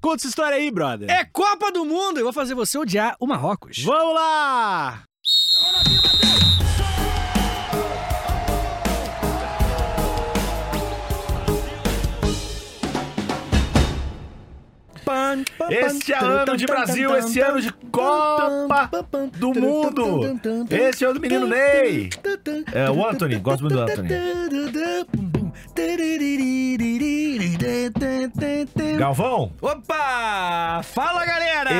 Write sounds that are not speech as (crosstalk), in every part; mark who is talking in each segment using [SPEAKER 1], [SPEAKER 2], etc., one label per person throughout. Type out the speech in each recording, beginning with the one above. [SPEAKER 1] Conta essa história aí, brother.
[SPEAKER 2] É Copa do Mundo! Eu vou fazer você odiar o Marrocos.
[SPEAKER 1] Vamos lá! Este é ano de Brasil, esse ano de Copa do Mundo. Esse é o do menino Ney. É, o Anthony, gosto muito do Anthony. Galvão,
[SPEAKER 2] Opa! Fala, galera!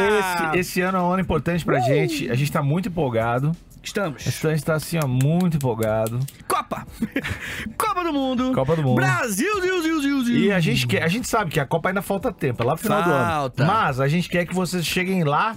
[SPEAKER 1] esse, esse ano é um ano importante
[SPEAKER 2] Uh.
[SPEAKER 1] pra gente. A gente tá muito empolgado.
[SPEAKER 2] Estamos.
[SPEAKER 1] Esse ano a gente tá assim, ó, muito empolgado.
[SPEAKER 2] Copa! (laughs) Copa do Mundo!
[SPEAKER 1] Copa do Mundo.
[SPEAKER 2] Brasil, Brasil, Brasil, Brasil!
[SPEAKER 1] E a gente quer, a gente sabe que a Copa ainda falta tempo, é lá pro final do
[SPEAKER 2] Falta. Hum.
[SPEAKER 1] ano. Mas a gente quer que vocês cheguem lá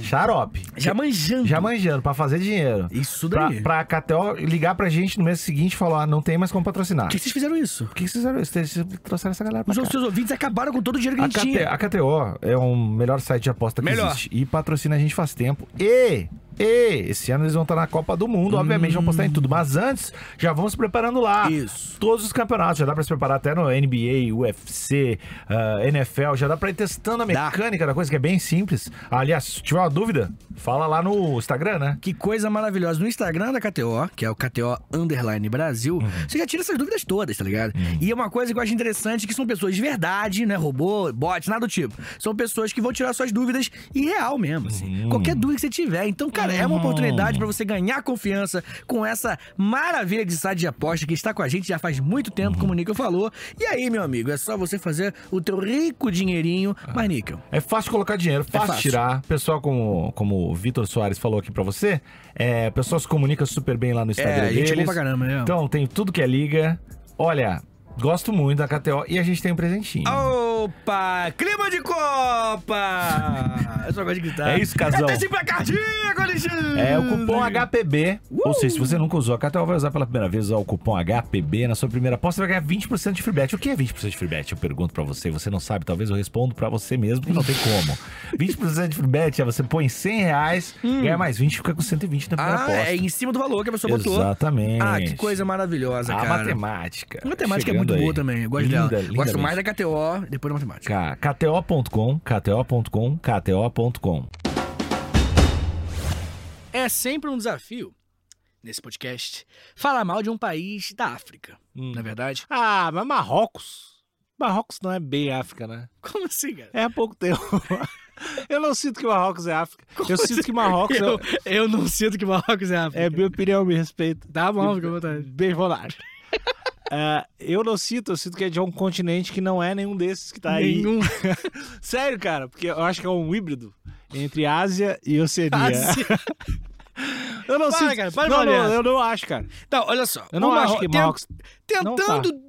[SPEAKER 1] xarope.
[SPEAKER 2] Já manjando.
[SPEAKER 1] Já manjando, pra fazer dinheiro.
[SPEAKER 2] Isso
[SPEAKER 1] Pra,
[SPEAKER 2] daí.
[SPEAKER 1] pra KTO ligar pra gente no mês seguinte e falar: ah, não tem mais como patrocinar.
[SPEAKER 2] Por que vocês fizeram isso?
[SPEAKER 1] Por que vocês fizeram isso? Vocês trouxeram essa galera pra
[SPEAKER 2] Os
[SPEAKER 1] cá.
[SPEAKER 2] seus ouvintes acabaram com todo o dinheiro que a
[SPEAKER 1] A,
[SPEAKER 2] gente
[SPEAKER 1] KTO,
[SPEAKER 2] tinha.
[SPEAKER 1] a KTO é o melhor site de aposta que
[SPEAKER 2] Melhor.
[SPEAKER 1] existe. E patrocina a gente faz tempo. E, e, esse ano eles vão estar na Copa do Mundo, obviamente, vão postar em tudo. Mas antes, já vão se preparando lá.
[SPEAKER 2] Isso.
[SPEAKER 1] Todos os campeonatos, já dá pra se preparar até no NBA, UFC, ah, NFL, já dá pra ir testando a
[SPEAKER 2] Dá.
[SPEAKER 1] mecânica da coisa, que é bem simples. Aliás, se tiver uma dúvida, fala lá no Instagram, né?
[SPEAKER 2] Que coisa maravilhosa. No Instagram da KTO, que é o KTO Underline Brasil, você já tira essas dúvidas todas, tá ligado? E é uma coisa que eu acho interessante, que são pessoas de verdade, né? Robô, bots, nada do tipo. São pessoas que vão tirar suas dúvidas e real mesmo, assim. Qualquer dúvida que você tiver. Então, cara, é uma oportunidade pra você ganhar confiança com essa maravilha de site de aposta que está com a gente já faz muito tempo, como o Níquel falou. E aí, meu amigo, é só você fazer o teu rico dinheirinho. Mas, Níquel,
[SPEAKER 1] É fácil colocar dinheiro, fácil,
[SPEAKER 2] fácil.
[SPEAKER 1] tirar. Pessoal, como, como o Vitor Soares falou aqui pra você, é, o pessoal se comunica super bem lá no Instagram
[SPEAKER 2] É, gente boa
[SPEAKER 1] deles.
[SPEAKER 2] pra caramba, né?
[SPEAKER 1] Então, tem tudo que é liga. Olha, gosto muito da KTO e a gente tem um presentinho.
[SPEAKER 2] Opa! Clima de Copa! Eu só gosto de gritar.
[SPEAKER 1] É isso, casão.
[SPEAKER 2] É testinho pra cardíaco, Alexandre!
[SPEAKER 1] É o cupom HPB.
[SPEAKER 2] Uh!
[SPEAKER 1] Ou seja, se você nunca usou a KTO, vai usar pela primeira vez usar o cupom HPB na sua primeira aposta, você vai ganhar 20% de free bet. O que é 20% de free bet? Eu pergunto pra você, você não sabe, talvez eu respondo pra você mesmo, porque não tem
[SPEAKER 2] (laughs)
[SPEAKER 1] como. 20% de free bet é você põe 100 reais, ganha mais 20, fica com 120 na primeira
[SPEAKER 2] Hum. Ah,
[SPEAKER 1] aposta.
[SPEAKER 2] é em cima do valor que a pessoa botou.
[SPEAKER 1] Exatamente.
[SPEAKER 2] Ah, que coisa maravilhosa,
[SPEAKER 1] A
[SPEAKER 2] cara.
[SPEAKER 1] matemática.
[SPEAKER 2] A matemática é
[SPEAKER 1] Chegando
[SPEAKER 2] muito
[SPEAKER 1] aí.
[SPEAKER 2] boa também, eu gosto
[SPEAKER 1] Linda,
[SPEAKER 2] dela.
[SPEAKER 1] linda
[SPEAKER 2] gosto mais
[SPEAKER 1] mesmo.
[SPEAKER 2] da KTO, depois da matemática.
[SPEAKER 1] K- KTO.com, KTO.com, KTO.com.
[SPEAKER 2] É sempre um desafio, nesse podcast, falar mal de um país da África, na verdade. (laughs)
[SPEAKER 1] Ah, mas Marrocos. Marrocos não é bem África, né?
[SPEAKER 2] Como assim, cara?
[SPEAKER 1] É há pouco tempo. (laughs) Eu não sinto que Marrocos é África. Eu sinto que Marrocos
[SPEAKER 2] Eu, eu não sinto que Marrocos é África.
[SPEAKER 1] é. É minha opinião, me respeita.
[SPEAKER 2] Tá bom, fica à vontade.
[SPEAKER 1] Bem (laughs) volagem. eu não sinto, eu sinto que é de um continente que não é nenhum desses que tá aí. (laughs)
[SPEAKER 2] Nenhum
[SPEAKER 1] Sério, cara, porque eu acho que é um híbrido entre Ásia e Oceania.
[SPEAKER 2] passe.
[SPEAKER 1] Eu não
[SPEAKER 2] Para,
[SPEAKER 1] sinto.
[SPEAKER 2] cara, para de
[SPEAKER 1] não,
[SPEAKER 2] falar
[SPEAKER 1] não,
[SPEAKER 2] merda.
[SPEAKER 1] eu não acho, cara.
[SPEAKER 2] Então, olha só.
[SPEAKER 1] Eu não
[SPEAKER 2] o
[SPEAKER 1] acho
[SPEAKER 2] Marro-
[SPEAKER 1] que
[SPEAKER 2] ten-
[SPEAKER 1] Marrocos. não tá.
[SPEAKER 2] Tentando,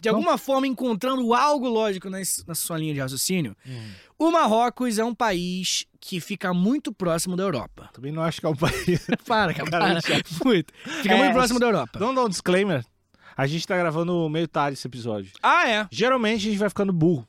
[SPEAKER 2] de alguma forma, encontrando algo lógico na, na sua linha de raciocínio,
[SPEAKER 1] Hum.
[SPEAKER 2] o Marrocos é um país que fica muito próximo da Europa.
[SPEAKER 1] Também não acho que é um (laughs) país.
[SPEAKER 2] Para, cara,
[SPEAKER 1] Cara,
[SPEAKER 2] para. Muito. Fica
[SPEAKER 1] É,
[SPEAKER 2] muito próximo da Europa.
[SPEAKER 1] Vamos dar um disclaimer. A gente tá gravando meio tarde esse episódio.
[SPEAKER 2] Ah, é.
[SPEAKER 1] Geralmente a gente vai ficando burro.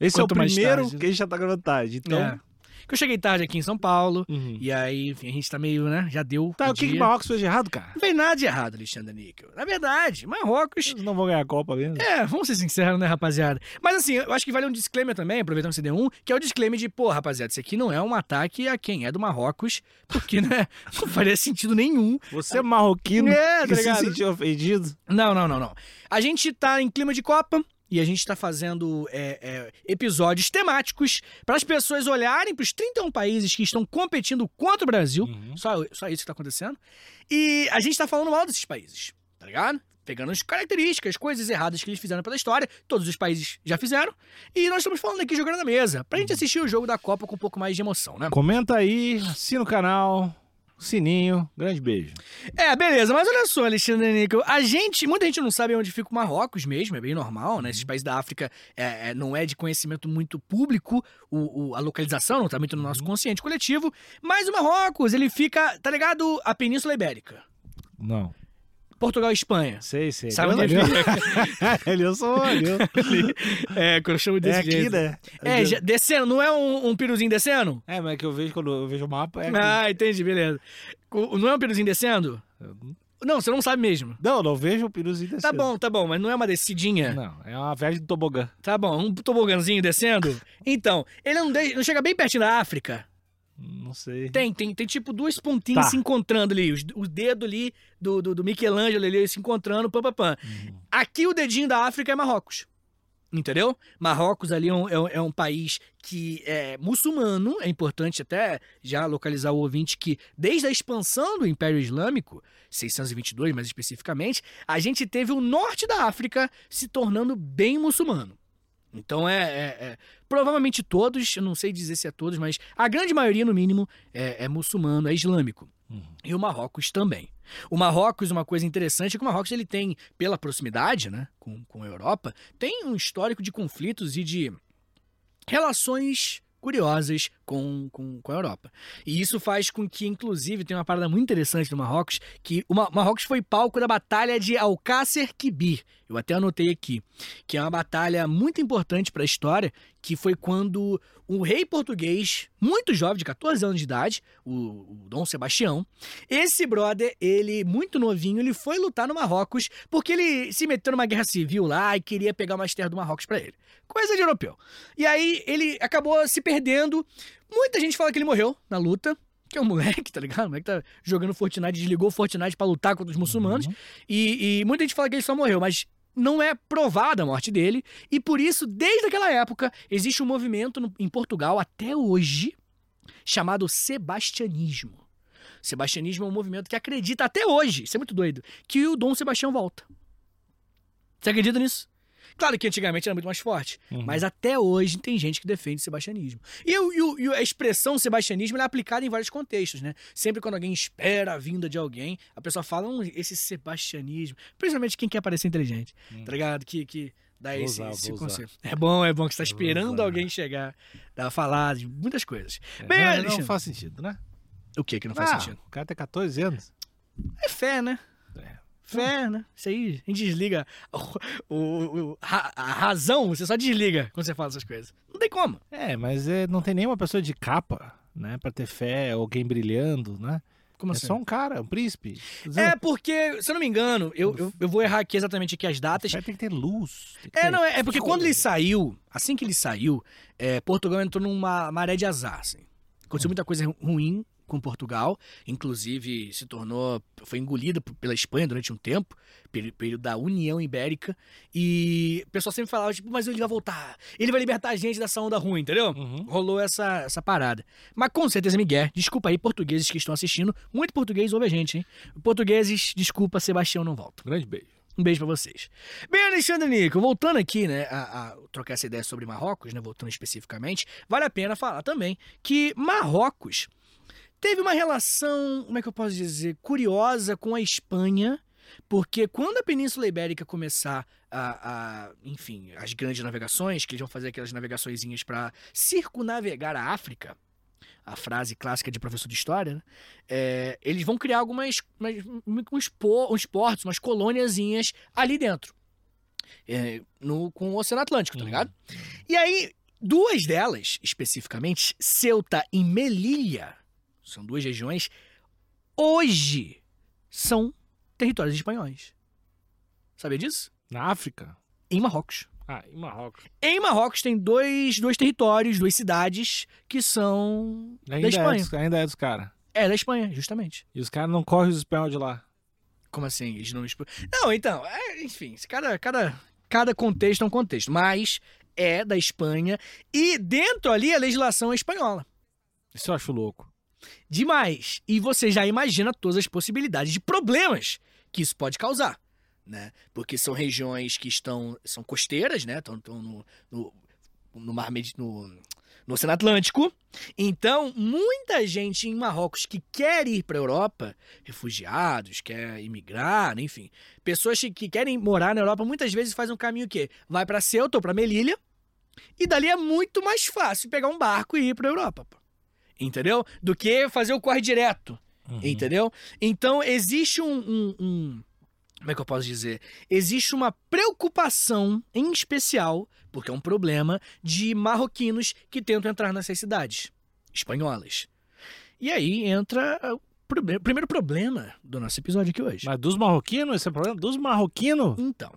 [SPEAKER 1] Esse
[SPEAKER 2] Quanto
[SPEAKER 1] é o
[SPEAKER 2] mais
[SPEAKER 1] primeiro
[SPEAKER 2] tarde, né?
[SPEAKER 1] que a gente já tá gravando tarde. Então.
[SPEAKER 2] é. Que eu cheguei tarde aqui em São Paulo,
[SPEAKER 1] Uhum.
[SPEAKER 2] e aí, enfim, a gente tá meio, né, já deu
[SPEAKER 1] Tá,
[SPEAKER 2] o
[SPEAKER 1] o que, que
[SPEAKER 2] dia.
[SPEAKER 1] Marrocos fez de errado, cara?
[SPEAKER 2] Não tem nada de errado, Alexandre Níquel. Na verdade, Marrocos
[SPEAKER 1] Eles não vão ganhar a Copa mesmo.
[SPEAKER 2] É, vamos ser sinceros, né, rapaziada? Mas assim, eu acho que vale um disclaimer também, aproveitando que você deu um, que é o disclaimer de, pô, rapaziada, isso aqui não é um ataque a quem é do Marrocos, porque, né, (laughs) não faria sentido nenhum.
[SPEAKER 1] Você (laughs) é marroquino.
[SPEAKER 2] É,
[SPEAKER 1] que
[SPEAKER 2] tá
[SPEAKER 1] se
[SPEAKER 2] ligado?
[SPEAKER 1] sentiu ofendido.
[SPEAKER 2] Não, não, não, não. A gente tá em clima de Copa e a gente tá fazendo é, é, episódios temáticos para as pessoas olharem pros 31 países que estão competindo contra o Brasil.
[SPEAKER 1] Uhum.
[SPEAKER 2] Só, só isso que tá acontecendo. E a gente tá falando mal desses países, tá ligado? Pegando as características, coisas erradas que eles fizeram pela história, todos os países já fizeram. E nós estamos falando aqui jogando na mesa, pra gente assistir o jogo da Copa com um pouco mais de emoção, né?
[SPEAKER 1] Comenta aí, assina o canal, sininho. Grande beijo.
[SPEAKER 2] É, beleza, mas olha só, Alexandre Níquel, a gente, muita gente não sabe onde fica o Marrocos mesmo, é bem normal, né? Esses países da África é, é, não é de conhecimento muito público, o- o- a localização não tá muito no nosso consciente coletivo, mas o Marrocos, ele fica, tá ligado? A Península Ibérica,
[SPEAKER 1] Não.
[SPEAKER 2] Portugal e Espanha.
[SPEAKER 1] Sei, sei.
[SPEAKER 2] Sabe
[SPEAKER 1] Ele-
[SPEAKER 2] onde
[SPEAKER 1] ele-
[SPEAKER 2] fica?
[SPEAKER 1] (laughs) Ele eu sou eu.
[SPEAKER 2] É, quando eu chamo
[SPEAKER 1] É
[SPEAKER 2] desse
[SPEAKER 1] aqui,
[SPEAKER 2] jeito.
[SPEAKER 1] né?
[SPEAKER 2] É, já- descendo, não é um, um piruzinho descendo?
[SPEAKER 1] É, mas é que eu vejo quando eu vejo o mapa. É aqui.
[SPEAKER 2] Ah, entendi, beleza. Co- Não é um piruzinho descendo? Não, você não sabe mesmo.
[SPEAKER 3] Não, não vejo o piruzinho
[SPEAKER 2] Tá
[SPEAKER 3] descendo.
[SPEAKER 2] bom, tá bom, mas não é uma descidinha.
[SPEAKER 3] Não, é uma viagem do tobogã.
[SPEAKER 2] Tá bom, um tobogãzinho descendo. Então, ele não, deixa- não chega bem pertinho da África.
[SPEAKER 3] Não
[SPEAKER 1] Uhum.
[SPEAKER 3] sei.
[SPEAKER 2] Tem, tem, tem tipo duas pontinhas
[SPEAKER 3] Tá.
[SPEAKER 2] se encontrando ali. Os, o dedo ali do, do, do Michelangelo ali se encontrando, pam, pam, pam. Aqui o dedinho da África é Marrocos. Entendeu? Marrocos ali é um, é um- é um país que é muçulmano. É importante até já localizar o ouvinte que, desde a expansão do Império Islâmico, 622 mais especificamente, a gente teve o norte da África se tornando bem muçulmano. Então é, é- é- provavelmente todos, eu não sei dizer se é todos, mas a grande maioria, no mínimo, é, é muçulmano, é islâmico. E o Marrocos também. O Marrocos, uma coisa interessante é que o Marrocos ele tem, pela proximidade né, com, com a Europa, tem um histórico de conflitos e de relações curiosas com, com, com a Europa. E isso faz com que, inclusive, tem uma parada muito interessante do Marrocos, que o Ma- Marrocos foi palco da Batalha de Alcácer Quibir. Eu até anotei aqui, que é uma batalha muito importante para a história, que foi quando um rei português, muito jovem, de 14 anos de idade, o, o Dom Sebastião, esse brother, ele, muito novinho, ele foi lutar no Marrocos porque ele se meteu numa guerra civil lá e queria pegar umas terras do Marrocos pra ele. Coisa de europeu. E aí ele acabou se perdendo. Muita gente fala que ele morreu na luta. Que é um (laughs) moleque, tá ligado? O moleque tá jogando Fortnite, desligou o Fortnite pra lutar contra os muçulmanos. E, e muita gente fala que ele só morreu, mas não é provada a morte dele. E por isso, desde aquela época, existe um movimento no- em Portugal até hoje chamado Sebastianismo. Sebastianismo é um movimento que acredita até hoje, isso é muito doido, que o Dom Sebastião volta. Você acredita nisso? Claro que antigamente era muito mais forte,
[SPEAKER 3] Uhum.
[SPEAKER 2] mas até hoje tem gente que defende o sebastianismo. E, o- e o- e a expressão sebastianismo ela é aplicada em vários contextos, né? Sempre quando alguém espera a vinda de alguém, a pessoa fala "Hum, esse sebastianismo, principalmente quem quer parecer inteligente, tá ligado? Que, que dá
[SPEAKER 3] Hum. Vou
[SPEAKER 2] esse,
[SPEAKER 3] usar,
[SPEAKER 2] esse
[SPEAKER 3] vou usar.
[SPEAKER 2] conceito. É bom, é bom que você tá
[SPEAKER 3] Vou
[SPEAKER 2] esperando
[SPEAKER 3] usar.
[SPEAKER 2] alguém chegar, dá falar de muitas coisas.
[SPEAKER 3] É,
[SPEAKER 2] Bem,
[SPEAKER 3] não, não
[SPEAKER 2] Alexandre.
[SPEAKER 3] faz sentido, né?
[SPEAKER 2] O que que não faz
[SPEAKER 3] Ah,
[SPEAKER 2] sentido?
[SPEAKER 3] O cara tem 14 anos.
[SPEAKER 2] É fé, né?
[SPEAKER 3] É.
[SPEAKER 2] Fé, né? Isso aí, a gente desliga o, o- o- ra- a razão, você só desliga quando você fala essas coisas. Não tem como.
[SPEAKER 3] É, mas é, não tem nenhuma pessoa de capa, né? Pra ter fé, alguém brilhando, né?
[SPEAKER 2] Como
[SPEAKER 3] é
[SPEAKER 2] assim?
[SPEAKER 3] só um cara, um príncipe.
[SPEAKER 2] É porque, se eu não me engano, eu, eu, eu vou errar aqui exatamente aqui as datas.
[SPEAKER 3] Fé tem que ter luz. tem que
[SPEAKER 2] É,
[SPEAKER 3] ter-
[SPEAKER 2] não, é, é porque quando ele
[SPEAKER 3] Fogo.
[SPEAKER 2] saiu, assim que ele saiu, é, Portugal entrou numa maré de azar, assim. Aconteceu
[SPEAKER 3] Hum.
[SPEAKER 2] muita coisa ru- ruim com Portugal, inclusive se tornou, foi engolida p- pela Espanha durante um tempo, pelo período da União Ibérica, e o pessoal sempre falava, tipo, mas ele vai voltar, ele vai libertar a gente dessa onda ruim, entendeu?
[SPEAKER 3] Uhum.
[SPEAKER 2] Rolou essa, essa parada. Mas com certeza, Miguel, desculpa aí portugueses que estão assistindo, muito português ouve a gente, hein? Portugueses, desculpa, Sebastião não volta.
[SPEAKER 3] Grande beijo.
[SPEAKER 2] Um beijo pra vocês. Bem, Alexandre Nico, voltando aqui, né, a, a trocar essa ideia sobre Marrocos, né, voltando especificamente, vale a pena falar também que Marrocos teve uma relação, como é que eu posso dizer, curiosa com a Espanha, porque quando a Península Ibérica começar a, a- enfim, as grandes navegações, que eles vão fazer aquelas navegaçõezinhas pra circunnavegar a África, a frase clássica de professor de história, né? É, eles vão criar algumas umas- uns, po- uns portos, umas colôniazinhas ali dentro. É, no, com o Oceano Atlântico, tá
[SPEAKER 3] Uhum.
[SPEAKER 2] ligado? E aí, duas delas, especificamente, Ceuta e Melilla, são duas regiões, hoje são territórios espanhóis. Sabia disso?
[SPEAKER 3] Na África?
[SPEAKER 2] Em Marrocos.
[SPEAKER 3] Ah, em Marrocos.
[SPEAKER 2] Em Marrocos tem dois, dois territórios, duas cidades que são da
[SPEAKER 3] Ainda, é
[SPEAKER 2] Espanha.
[SPEAKER 3] dos, ainda é dos caras.
[SPEAKER 2] É, da Espanha, justamente.
[SPEAKER 3] E os caras não correm os espanhóis de lá.
[SPEAKER 2] Como assim? Eles não expl- Não, então, é, enfim, cada, cada, cada contexto é um contexto, mas é da Espanha e dentro ali a legislação é espanhola.
[SPEAKER 3] Isso eu acho louco.
[SPEAKER 2] Demais. E você já imagina todas as possibilidades de problemas que isso pode causar, né? Porque são regiões que estão são costeiras, né? Estão, estão no, no, no mar Medi- no, no Oceano Atlântico. Então, muita gente em Marrocos que quer ir para a Europa, refugiados, quer imigrar, né? enfim, pessoas que, que querem morar na Europa, muitas vezes fazem um caminho que vai para Ceuta ou para Melilla, e dali é muito mais fácil pegar um barco e ir para a Europa. pô. Entendeu? Do que fazer o corre direto.
[SPEAKER 3] Uhum.
[SPEAKER 2] Entendeu? Então, existe um, um- um- Como é que eu posso dizer? Existe uma preocupação, em especial, porque é um problema, de marroquinos que tentam entrar nessas cidades espanholas. E aí entra ah, proble- primeiro problema do nosso episódio aqui hoje.
[SPEAKER 3] Mas dos marroquinos, esse é o problema? Dos marroquinos?
[SPEAKER 2] Então,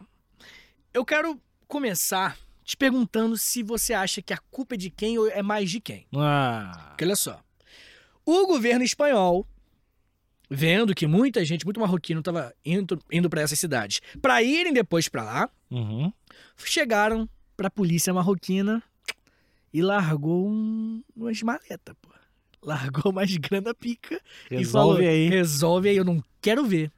[SPEAKER 2] eu quero começar te perguntando se você acha que a culpa é de quem ou é mais de quem.
[SPEAKER 3] Ah.
[SPEAKER 2] Porque olha só. O governo espanhol, vendo que muita gente, muito marroquino, estava indo, indo para essas cidades, para irem depois para lá,
[SPEAKER 3] Uhum.
[SPEAKER 2] chegaram para a polícia marroquina e largou um, umas maletas, pô. Largou mais grana pica e falou:
[SPEAKER 3] Resolve aí.
[SPEAKER 2] resolve aí, eu não quero ver.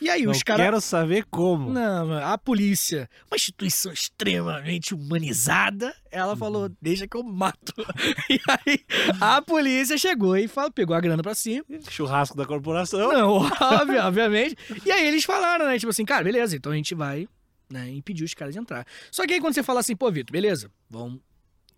[SPEAKER 2] E aí
[SPEAKER 3] Não
[SPEAKER 2] os caras.
[SPEAKER 3] quero saber como.
[SPEAKER 2] Não, a polícia, uma instituição extremamente humanizada, ela falou, deixa que eu mato. (laughs) E aí, a polícia chegou e falou, pegou a grana pra cima.
[SPEAKER 3] Churrasco da corporação.
[SPEAKER 2] Não, óbvio, obviamente. E aí eles falaram, né, tipo assim, cara, beleza, então a gente vai né, impedir os caras de entrar. Só que aí quando você fala assim, pô, Vitor, beleza, vamos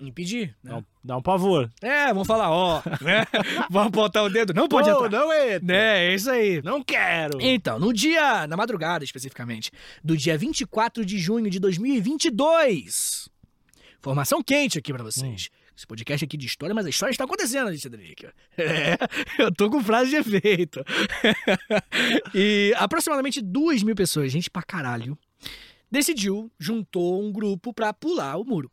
[SPEAKER 2] impedir, né?
[SPEAKER 3] Dá um, dá um pavor.
[SPEAKER 2] É, vamos falar, ó, né? (laughs) vamos botar o dedo, não pode
[SPEAKER 3] Não,
[SPEAKER 2] entrar.
[SPEAKER 3] não é.
[SPEAKER 2] Né, é isso aí.
[SPEAKER 3] Não quero.
[SPEAKER 2] Então, no dia, na madrugada especificamente, do dia 24 de junho de 2022. Formação quente aqui pra
[SPEAKER 3] Hum.
[SPEAKER 2] vocês. Esse podcast aqui de história, mas a história está acontecendo, gente, Henrique. (laughs) É, eu tô com frase de efeito. (laughs) e aproximadamente duas mil pessoas, gente pra caralho, decidiu, juntou um grupo pra pular o muro.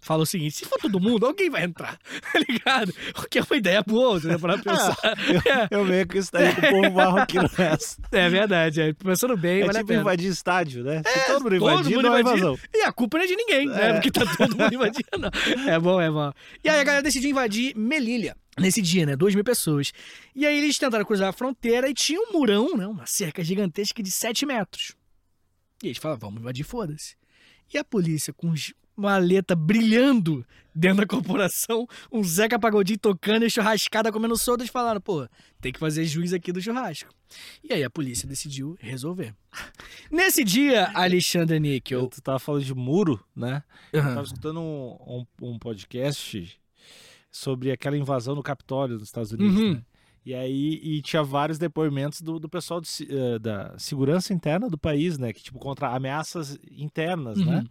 [SPEAKER 2] Fala o seguinte, se for todo mundo, alguém vai entrar, (laughs) tá ligado? O que é uma ideia boa, você
[SPEAKER 3] Ah.
[SPEAKER 2] para pensar.
[SPEAKER 3] Eu venho com isso daí com o povo marroquino nessa.
[SPEAKER 2] É verdade, é. pensando bem,
[SPEAKER 3] É
[SPEAKER 2] vale a
[SPEAKER 3] tipo
[SPEAKER 2] pena.
[SPEAKER 3] invadir estádio, né? Se todo mundo
[SPEAKER 2] todo
[SPEAKER 3] invadir,
[SPEAKER 2] mundo
[SPEAKER 3] não é
[SPEAKER 2] invadir.
[SPEAKER 3] invasão.
[SPEAKER 2] E a culpa não é de ninguém, né?
[SPEAKER 3] É.
[SPEAKER 2] Porque tá todo mundo invadindo. não. (laughs) É bom, é bom. E aí a galera decidiu invadir Melilha. Nesse dia, né? Duas mil pessoas. E aí eles tentaram cruzar a fronteira e tinha um murão, né? Uma cerca gigantesca de 7 metros. E eles falaram, vamos invadir, foda-se. E a polícia com os- uma aleta brilhando dentro da corporação, um Zeca Pagodinho tocando e a churrascada comendo solto, eles falaram, pô, tem que fazer juiz aqui do churrasco. E aí a polícia decidiu resolver. (laughs) Nesse dia, Alexandre
[SPEAKER 3] Eu...
[SPEAKER 2] Níquel...
[SPEAKER 3] Tu tava falando de muro, né? Eu
[SPEAKER 2] Aham.
[SPEAKER 3] tava escutando um, um- um podcast sobre aquela invasão no Capitólio nos Estados Unidos.
[SPEAKER 2] Uhum.
[SPEAKER 3] né? E aí e tinha vários depoimentos do, do pessoal de se- eh, da segurança interna do país, né? Que, tipo, contra ameaças internas,
[SPEAKER 2] Uhum.
[SPEAKER 3] né?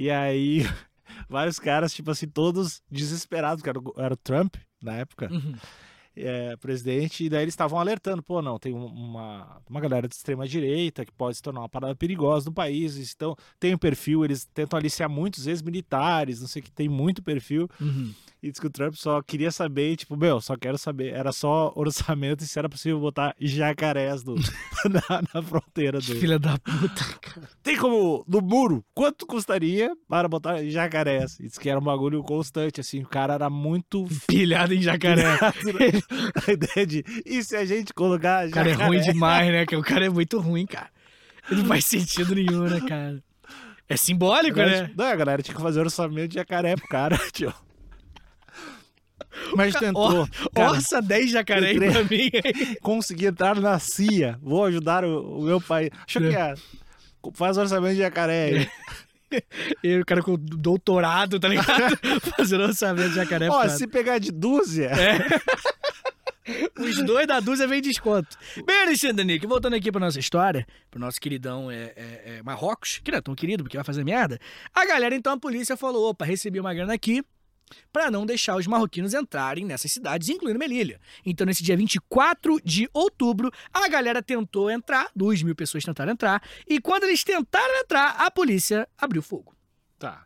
[SPEAKER 3] E aí, (laughs) vários caras, tipo assim, todos desesperados, que era, o- era o Trump na época,
[SPEAKER 2] Uhum.
[SPEAKER 3] eh, presidente, e daí eles estavam alertando, pô, não, tem um- uma, uma galera de extrema direita que pode se tornar uma parada perigosa no país, então tem um perfil, eles tentam aliciar muitos ex-militares, não sei o que, tem muito perfil,
[SPEAKER 2] Uhum.
[SPEAKER 3] e diz que o Trump só queria saber, tipo, meu, só quero saber, era só (laughs) orçamento e se era possível botar jacarés no- (laughs) na, na fronteira dele.
[SPEAKER 2] Filha da puta, (laughs) cara.
[SPEAKER 3] Tem como, no muro, quanto custaria para botar jacarés? E diz que era um bagulho constante, assim, o cara era muito...
[SPEAKER 2] Pilhado
[SPEAKER 3] (laughs)
[SPEAKER 2] em (laughs) jacaré.
[SPEAKER 3] né? A ideia de, e se a gente colocar
[SPEAKER 2] O
[SPEAKER 3] jacaré?
[SPEAKER 2] cara é ruim demais, né? cara? O cara é muito ruim, cara. Não faz sentido nenhum, né, cara? É
[SPEAKER 3] A
[SPEAKER 2] simbólico,
[SPEAKER 3] galera,
[SPEAKER 2] né?
[SPEAKER 3] tipo, não, a galera tinha que fazer orçamento de jacaré pro cara, (laughs) tio. Mas tentou. cara,
[SPEAKER 2] Orça 10 jacaré
[SPEAKER 3] eu
[SPEAKER 2] pra mim.
[SPEAKER 3] consegui entrar na CIA. Vou ajudar o, o meu país. Acho que é. Faz orçamento de
[SPEAKER 2] É,
[SPEAKER 3] jacaré. aí.
[SPEAKER 2] E o cara com doutorado,
[SPEAKER 3] (laughs)
[SPEAKER 2] tá ligado? Fazendo orçamento de jacaré. é
[SPEAKER 3] Ó,
[SPEAKER 2] pra- É.
[SPEAKER 3] se pegar de dúzia.
[SPEAKER 2] Os dois da dúzia vem desconto. Bem, Alexandre Nick, voltando aqui pra nossa história, pro nosso queridão é, é, é, Marrocos, que não é tão querido porque vai fazer merda, a galera, então, a polícia falou, opa, recebi uma grana aqui pra não deixar os marroquinos entrarem nessas cidades, incluindo Melilha. Então, nesse dia 24 de outubro, a galera tentou entrar, 2 mil pessoas tentaram entrar, e quando eles tentaram entrar, a polícia abriu fogo.
[SPEAKER 3] Tá.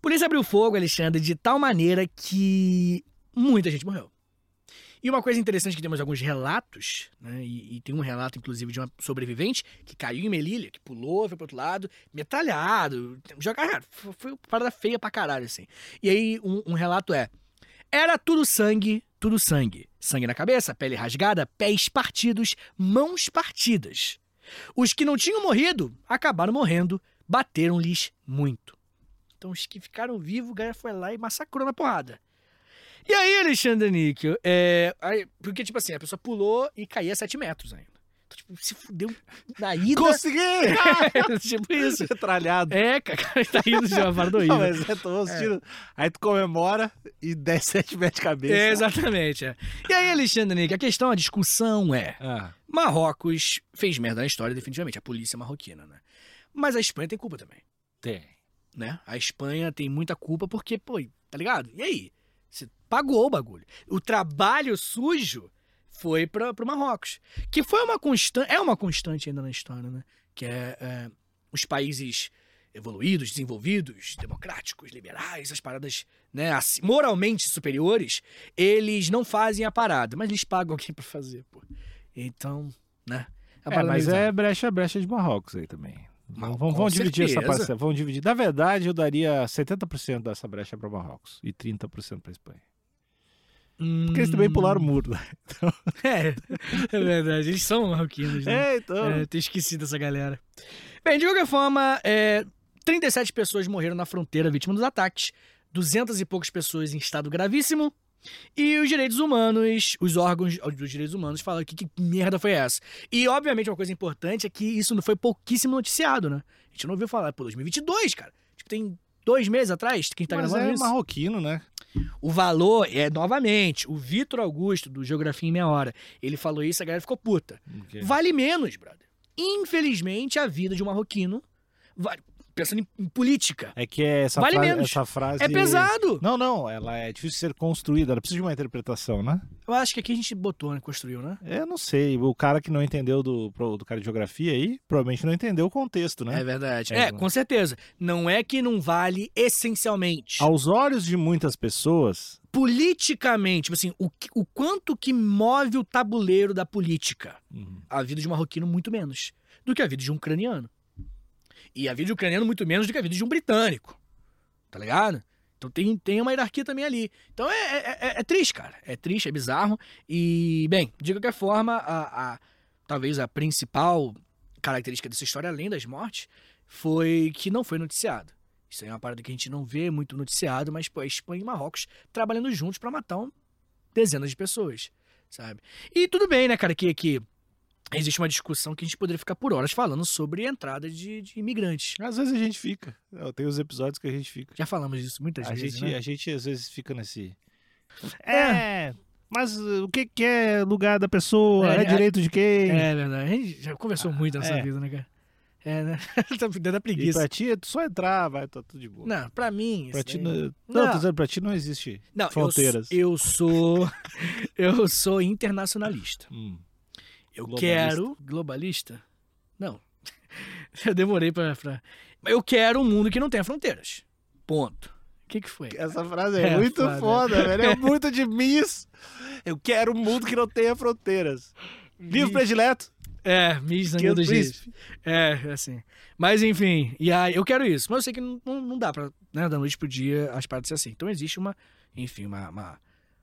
[SPEAKER 2] Polícia abriu fogo, Alexandre, de tal maneira que muita gente morreu. E uma coisa interessante que temos alguns relatos, né? E, e tem um relato, inclusive, de uma sobrevivente que caiu em Melilha, que pulou, foi pro outro lado, metralhado, jogado. Foi, foi uma parada feia pra caralho, assim. E aí, um, um relato é: era tudo sangue, tudo sangue. Sangue na cabeça, pele rasgada, pés partidos, mãos partidas. Os que não tinham morrido acabaram morrendo, bateram-lhes muito. Então os que ficaram vivos, o cara foi lá e massacrou na porrada. E aí, Alexandre Níquel, é, aí- porque, tipo assim, a pessoa pulou e caía 7 metros ainda. Então, tipo, se fudeu na ida. (laughs)
[SPEAKER 3] Consegui!
[SPEAKER 2] tipo isso.
[SPEAKER 3] Metralhado.
[SPEAKER 2] É, cara, (laughs) tá indo de uma parada
[SPEAKER 3] Não,
[SPEAKER 2] horrível.
[SPEAKER 3] mas é, tomou uns tiros. Aí tu comemora e (laughs) 17 mete de cabeça.
[SPEAKER 2] É, exatamente. é. E aí, Alexandre Nick, a questão, a discussão é:
[SPEAKER 3] Ah,
[SPEAKER 2] Marrocos fez merda na história, definitivamente, a polícia marroquina, né? Mas a Espanha tem culpa também,
[SPEAKER 3] tem.
[SPEAKER 2] né? A Espanha tem muita culpa porque, pô, tá ligado? E aí? Você pagou o bagulho. O trabalho sujo foi para o Marrocos. Que foi uma constante, é uma constante ainda na história, né? Que é, é, os países evoluídos, desenvolvidos, democráticos, liberais, as paradas né, assim, moralmente superiores, eles não fazem a parada, mas eles pagam (laughs) alguém para fazer, pô. Então, né? a
[SPEAKER 3] É,
[SPEAKER 2] parada
[SPEAKER 3] mas
[SPEAKER 2] meio-
[SPEAKER 3] é brecha, brecha de Marrocos aí também.
[SPEAKER 2] Mas
[SPEAKER 3] Vão, vão-
[SPEAKER 2] com
[SPEAKER 3] vão dividir essa
[SPEAKER 2] certeza.
[SPEAKER 3] parcela, vão dividir. Na verdade, eu daria 70% dessa brecha para Marrocos e 30% para Espanha. Porque eles também
[SPEAKER 2] Hum,
[SPEAKER 3] pularam o muro. né?
[SPEAKER 2] É, é verdade, eles são marroquinos, né?
[SPEAKER 3] É, então.
[SPEAKER 2] É, eu tenho esquecido essa galera. Bem, de qualquer forma, é, 37 pessoas morreram na fronteira vítima dos ataques, 200 e poucas pessoas em estado gravíssimo. E os direitos humanos, os órgãos dos direitos humanos falaram que, que merda foi essa. E, obviamente, uma coisa importante é que isso não foi pouquíssimo noticiado, né? A gente não ouviu falar, pô, 2022, cara. Tipo, tem dois meses atrás que a gente tá
[SPEAKER 3] mas
[SPEAKER 2] gravando
[SPEAKER 3] é
[SPEAKER 2] isso.
[SPEAKER 3] marroquino, né?
[SPEAKER 2] O valor é, novamente, o Vitor Augusto, do Geografia em Meia Hora, ele falou isso, a galera ficou puta. É. Vale menos, brother. Infelizmente, a vida de um marroquino, vale- pensando em, em política,
[SPEAKER 3] É que essa,
[SPEAKER 2] Vale
[SPEAKER 3] frase,
[SPEAKER 2] menos.
[SPEAKER 3] essa frase.
[SPEAKER 2] é pesado.
[SPEAKER 3] Não, não, ela é difícil de ser construída, ela precisa de uma interpretação, né?
[SPEAKER 2] Eu acho que aqui a gente botou, né? Construiu, né?
[SPEAKER 3] Eu não sei, o cara que não entendeu do, pro- do cara de geografia aí, provavelmente não entendeu o contexto, né?
[SPEAKER 2] verdade.
[SPEAKER 3] É,
[SPEAKER 2] É, com certeza. Não é que não vale essencialmente.
[SPEAKER 3] Aos olhos de muitas pessoas,
[SPEAKER 2] Politicamente, tipo assim, o, que- o quanto que move o tabuleiro da política? a vida de um marroquino muito menos do que a vida de um ucraniano. E a vida de um ucraniano muito menos do que a vida de um britânico. Tá ligado? Então tem, tem uma hierarquia também ali. Então é, é- é- é triste, cara. É triste, é bizarro. E, bem, de qualquer forma, a, a- talvez a principal característica dessa história, além das mortes, foi que não foi noticiado. Isso aí é uma parada que a gente não vê muito noticiado, mas pô, a Espanha e Marrocos trabalhando juntos pra matar um- dezenas de pessoas, sabe? E tudo bem, né, cara, que, que existe uma discussão que a gente poderia ficar por horas falando sobre a entrada de, de imigrantes. né?
[SPEAKER 3] às vezes a gente fica. Eu- Tem os episódios que a gente fica.
[SPEAKER 2] Já falamos disso muitas
[SPEAKER 3] a,
[SPEAKER 2] vezes,
[SPEAKER 3] gente,
[SPEAKER 2] né?
[SPEAKER 3] a gente às vezes fica nesse. É, mas uh, o que, que é lugar da pessoa?
[SPEAKER 2] É,
[SPEAKER 3] É,
[SPEAKER 2] é-
[SPEAKER 3] direito de quem?
[SPEAKER 2] É verdade. A gente já conversou muito nessa
[SPEAKER 3] é.
[SPEAKER 2] vida, né, cara? É, né? (laughs) tá me dando a
[SPEAKER 3] e
[SPEAKER 2] preguiça.
[SPEAKER 3] pra ti é tu só entrar, vai, tá tudo de boa.
[SPEAKER 2] Não, pra mim...
[SPEAKER 3] pra
[SPEAKER 2] isso
[SPEAKER 3] ti,
[SPEAKER 2] daí-
[SPEAKER 3] não, não,
[SPEAKER 2] Não.
[SPEAKER 3] tô dizendo, pra ti não existe.
[SPEAKER 2] Não, eu
[SPEAKER 3] Fronteiras.
[SPEAKER 2] sou- Eu sou... (laughs) Eu sou internacionalista.
[SPEAKER 3] Hum.
[SPEAKER 2] Eu
[SPEAKER 3] Globalista.
[SPEAKER 2] quero... Globalista? Não. (laughs) Eu demorei pra, pra... Mas Eu quero um mundo que não tenha fronteiras. Ponto. O que que foi?
[SPEAKER 3] Essa frase
[SPEAKER 2] É
[SPEAKER 3] é, muito
[SPEAKER 2] foda.
[SPEAKER 3] foda, velho. É muito de Miss. Eu quero um mundo que não tenha fronteiras. Livro predileto,
[SPEAKER 2] É, Miss
[SPEAKER 3] que é
[SPEAKER 2] Daniel
[SPEAKER 3] o
[SPEAKER 2] dos Dias.
[SPEAKER 3] príncipe.
[SPEAKER 2] É, assim. Mas enfim, e aí eu quero isso. Mas eu sei que não, não não dá pra, né, da noite pro dia as paradas ser assim. Então existe uma, enfim, uma, uma,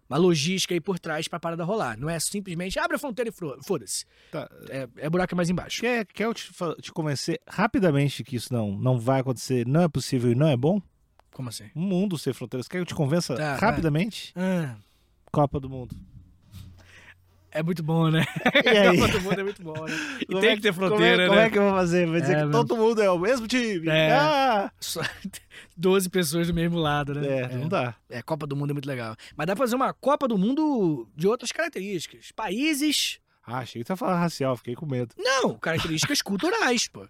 [SPEAKER 2] uma logística aí por trás pra parada rolar. Não é simplesmente abre a fronteira e fro- foda-se.
[SPEAKER 3] Tá.
[SPEAKER 2] É, é buraco mais embaixo.
[SPEAKER 3] Quer, quer eu te, fa- te convencer rapidamente que isso não, não vai acontecer, não é possível e não é bom?
[SPEAKER 2] Como assim?
[SPEAKER 3] Um mundo sem fronteiras. Quer que eu te convença
[SPEAKER 2] Tá, vai.
[SPEAKER 3] rapidamente?
[SPEAKER 2] Ah,
[SPEAKER 3] Copa do
[SPEAKER 2] (laughs)
[SPEAKER 3] Mundo.
[SPEAKER 2] é muito bom, né?
[SPEAKER 3] E
[SPEAKER 2] (laughs)
[SPEAKER 3] aí?
[SPEAKER 2] Copa do Mundo é muito bom,
[SPEAKER 3] (laughs)
[SPEAKER 2] né? E
[SPEAKER 3] Como
[SPEAKER 2] tem
[SPEAKER 3] é-
[SPEAKER 2] que ter
[SPEAKER 3] Como
[SPEAKER 2] fronteira,
[SPEAKER 3] é, como
[SPEAKER 2] né?
[SPEAKER 3] é que eu vou fazer? Vai dizer
[SPEAKER 2] É,
[SPEAKER 3] que
[SPEAKER 2] meu.
[SPEAKER 3] todo mundo é o mesmo time.
[SPEAKER 2] É.
[SPEAKER 3] Ah!
[SPEAKER 2] Só (laughs) 12 pessoas do mesmo lado, né?
[SPEAKER 3] É, não dá.
[SPEAKER 2] É, Copa do Mundo é muito legal. Mas dá pra fazer uma Copa do Mundo de outras características. Países
[SPEAKER 3] Ah, achei que tu ia falar racial, fiquei com medo.
[SPEAKER 2] Não, características culturais, pô.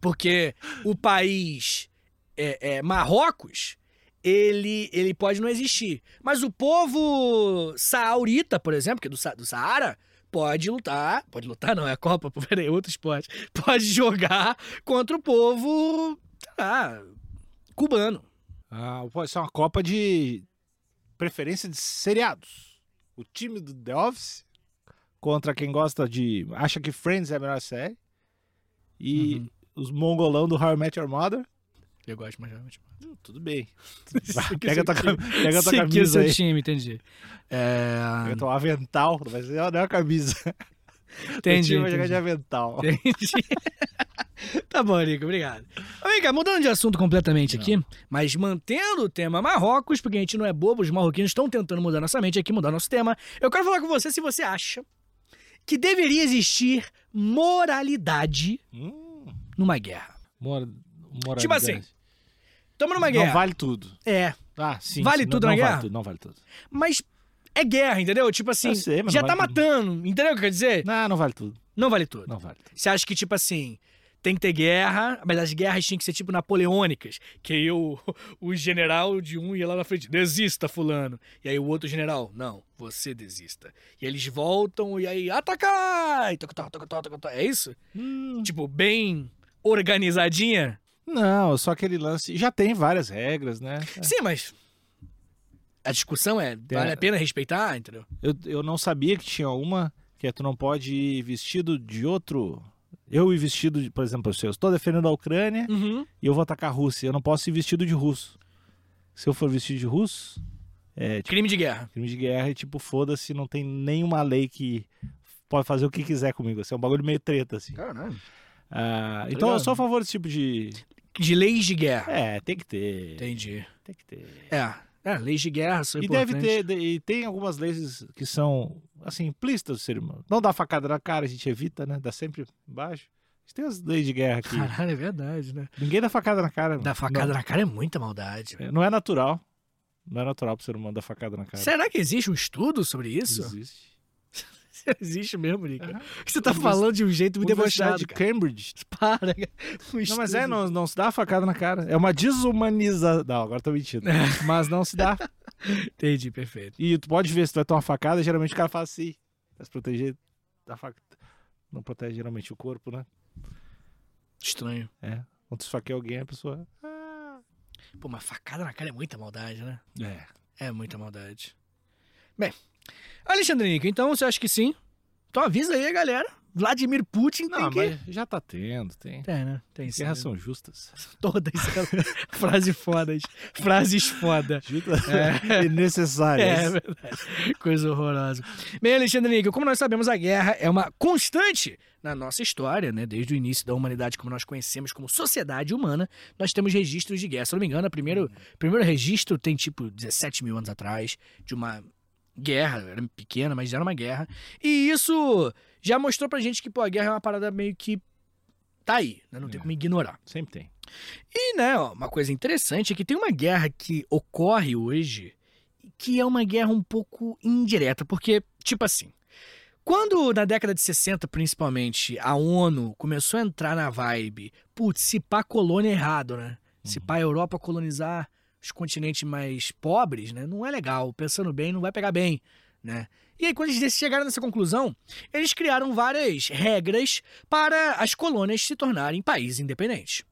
[SPEAKER 2] Porque o país é, é, Marrocos, ele, ele pode não existir. Mas o povo saurita, por exemplo, que é do, Sa- do Saara, pode lutar. Pode lutar, não, é a Copa, (laughs) pô, peraí, outro esporte. Pode jogar contra o povo. sei lá, cubano.
[SPEAKER 3] Ah, pode ser uma Copa de preferência de seriados. O time do The Office contra quem gosta de. acha que Friends é a melhor série. E
[SPEAKER 2] Uhum.
[SPEAKER 3] os mongolão do How I Met Your Mother.
[SPEAKER 2] Eu gosto mais realmente.
[SPEAKER 3] Hum, Tudo
[SPEAKER 2] (laughs)
[SPEAKER 3] bem. Ah,
[SPEAKER 2] Esse aqui é
[SPEAKER 3] pega
[SPEAKER 2] seu
[SPEAKER 3] tua, cam- pega tua
[SPEAKER 2] Esse aqui é
[SPEAKER 3] camisa
[SPEAKER 2] seu
[SPEAKER 3] aí.
[SPEAKER 2] time, entendi. É,
[SPEAKER 3] Pega teu avental. Não vai ser não é uma camisa. (laughs) o
[SPEAKER 2] entendi.
[SPEAKER 3] time vai jogar
[SPEAKER 2] entendi.
[SPEAKER 3] de (laughs) avental.
[SPEAKER 2] Entendi. (laughs) tá bom, Nico, obrigado. Mas Vem cá, mudando de assunto completamente aqui, mas mantendo o tema Marrocos, porque a gente não é bobo, os marroquinos estão tentando mudar nossa mente aqui, mudar nosso tema. Eu quero falar com você se você acha que deveria existir moralidade
[SPEAKER 3] Hum,
[SPEAKER 2] numa guerra.
[SPEAKER 3] mora, moralidade.
[SPEAKER 2] Tipo assim, Estamos numa
[SPEAKER 3] Não
[SPEAKER 2] guerra.
[SPEAKER 3] vale tudo.
[SPEAKER 2] É,
[SPEAKER 3] Ah, sim.
[SPEAKER 2] Vale
[SPEAKER 3] sim, não-
[SPEAKER 2] tudo
[SPEAKER 3] não,
[SPEAKER 2] na
[SPEAKER 3] vale
[SPEAKER 2] guerra?
[SPEAKER 3] tudo, não vale tudo.
[SPEAKER 2] mas é guerra, entendeu? Tipo assim,
[SPEAKER 3] Eu sei, É mas
[SPEAKER 2] já
[SPEAKER 3] não
[SPEAKER 2] tá
[SPEAKER 3] vale tudo.
[SPEAKER 2] matando, entendeu o que eu quero dizer?
[SPEAKER 3] Não, não vale tudo.
[SPEAKER 2] Não vale tudo.
[SPEAKER 3] Não vale tudo.
[SPEAKER 2] Você acha que, tipo assim, tem que ter guerra, mas as guerras tinham que ser tipo napoleônicas, que aí o, (laughs) o general de um ia lá na frente, desista, fulano. E aí o outro general, não, você desista. E eles voltam e aí, atacar! E toc, toc, toc, toc, toc, toc. É isso? Tipo, bem organizadinha?
[SPEAKER 3] Não, só aquele lance. Já tem várias regras, né?
[SPEAKER 2] Sim, mas a discussão é, vale a pena respeitar, entendeu?
[SPEAKER 3] Eu, eu não sabia que tinha uma que é tu não pode ir vestido de outro. Eu ir vestido, de, por exemplo, se eu estou defendendo a Ucrânia
[SPEAKER 2] Uhum.
[SPEAKER 3] e eu vou atacar a Rússia, eu não posso ir vestido de russo. Se eu for vestido de russo, é tipo,
[SPEAKER 2] Crime de guerra.
[SPEAKER 3] crime de guerra e tipo, foda-se, não tem nenhuma lei que pode fazer o que quiser comigo. Assim, é um bagulho meio treta, assim.
[SPEAKER 4] Caralho.
[SPEAKER 3] Ah, então eu
[SPEAKER 4] ligado?
[SPEAKER 3] sou a favor desse tipo de.
[SPEAKER 2] De leis de guerra.
[SPEAKER 3] É, tem que ter.
[SPEAKER 2] Entendi.
[SPEAKER 3] Tem que ter.
[SPEAKER 2] É. É, leis de guerra são
[SPEAKER 3] E
[SPEAKER 2] importantes.
[SPEAKER 3] deve ter, de- e tem algumas leis que são, assim, implícitas do ser humano. Não dá facada na cara, a gente evita, né? Dá sempre embaixo. A gente tem as leis de guerra aqui.
[SPEAKER 2] Caralho, é verdade, né?
[SPEAKER 3] Ninguém dá facada na cara.
[SPEAKER 2] Dar
[SPEAKER 3] mano.
[SPEAKER 2] facada na cara é muita maldade.
[SPEAKER 3] Não, é- não é natural. Não é natural pro ser humano dar facada na cara.
[SPEAKER 2] Será que existe um estudo sobre isso?
[SPEAKER 3] É. Existe.
[SPEAKER 2] (laughs) Existe mesmo, Nica.
[SPEAKER 3] Aham.
[SPEAKER 2] Você tá falando de um jeito muito
[SPEAKER 3] Universidade
[SPEAKER 2] debochado,
[SPEAKER 3] de
[SPEAKER 2] cara.
[SPEAKER 3] Cambridge.
[SPEAKER 2] Para, cara. (laughs) Um
[SPEAKER 3] Não, mas é,
[SPEAKER 2] estudo.
[SPEAKER 3] não, não se dá facada na cara. É uma desumanização. Não, agora tô mentindo.
[SPEAKER 2] É.
[SPEAKER 3] mas não se dá.
[SPEAKER 2] Entendi, perfeito.
[SPEAKER 3] E tu pode ver se tu vai tomar facada, geralmente o cara fala assim. Pra se proteger da facada. Não protege geralmente o corpo, né?
[SPEAKER 2] Estranho.
[SPEAKER 3] Quando tu esfaqueia alguém, a pessoa.
[SPEAKER 2] Pô, mas facada na cara é muita maldade, né?
[SPEAKER 3] É.
[SPEAKER 2] É muita maldade. Bem, Alexandre Nica, então você acha que sim? Então avisa aí a galera. Vladimir Putin
[SPEAKER 3] Não,
[SPEAKER 2] tem que...
[SPEAKER 3] mas já tá tendo, tem.
[SPEAKER 2] Tem, né? Tem sim.
[SPEAKER 3] Guerras são justas.
[SPEAKER 2] Todas elas. (laughs) Frases fodas. Frases foda.
[SPEAKER 3] Justas (laughs)
[SPEAKER 2] É.
[SPEAKER 3] e necessárias.
[SPEAKER 2] É verdade. Coisa horrorosa. Bem, Alexandre Níquel, como nós sabemos, a guerra é uma constante na nossa história, né? Desde o início da humanidade, como nós conhecemos como sociedade humana, nós temos registros de guerra. Se eu não me engano, o primeiro, primeiro registro tem tipo 17 mil anos atrás, de uma guerra, era pequena, mas era uma guerra. E isso já mostrou pra gente que, pô, a guerra é uma parada meio que tá aí, né? Não tem
[SPEAKER 3] É.
[SPEAKER 2] como ignorar.
[SPEAKER 3] Sempre tem.
[SPEAKER 2] E, né, ó, uma coisa interessante é que tem uma guerra que ocorre hoje que é uma guerra um pouco indireta, porque, tipo assim, quando na década de 60, principalmente, a ONU começou a entrar na vibe, putz, se pá colônia é errado, né? Se pá a Europa colonizar os continentes mais pobres, né? Não é legal. Pensando bem, não vai pegar bem, né? E aí, quando eles chegaram nessa conclusão, eles criaram várias regras para as colônias se tornarem países independentes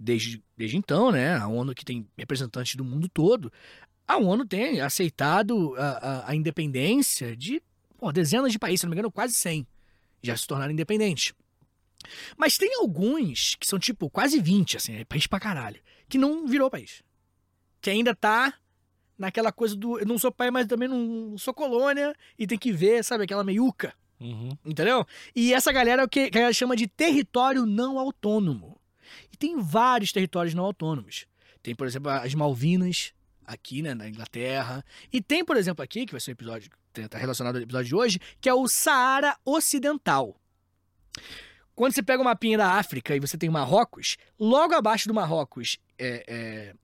[SPEAKER 2] desde, desde então, né? A ONU, que tem representantes do mundo todo, a ONU tem aceitado a, a- a independência de pô, dezenas de países, se não me engano, quase 100 já se tornaram independentes. Mas tem alguns que são tipo quase 20, assim, é país pra caralho, que não virou país. Que ainda tá naquela coisa do eu não sou pai, mas também não sou colônia e tem que ver, sabe, aquela meiuca.
[SPEAKER 3] Uhum.
[SPEAKER 2] Entendeu? E essa galera é o que, que a galera chama de território não autônomo. E tem vários territórios não autônomos. Tem, por exemplo, as Malvinas, aqui né, na Inglaterra. E tem, por exemplo, aqui, que vai ser um episódio que tá relacionado ao episódio de hoje, que é o Saara Ocidental. Quando você pega o mapinha da África e você tem Marrocos, logo abaixo do Marrocos, é, é,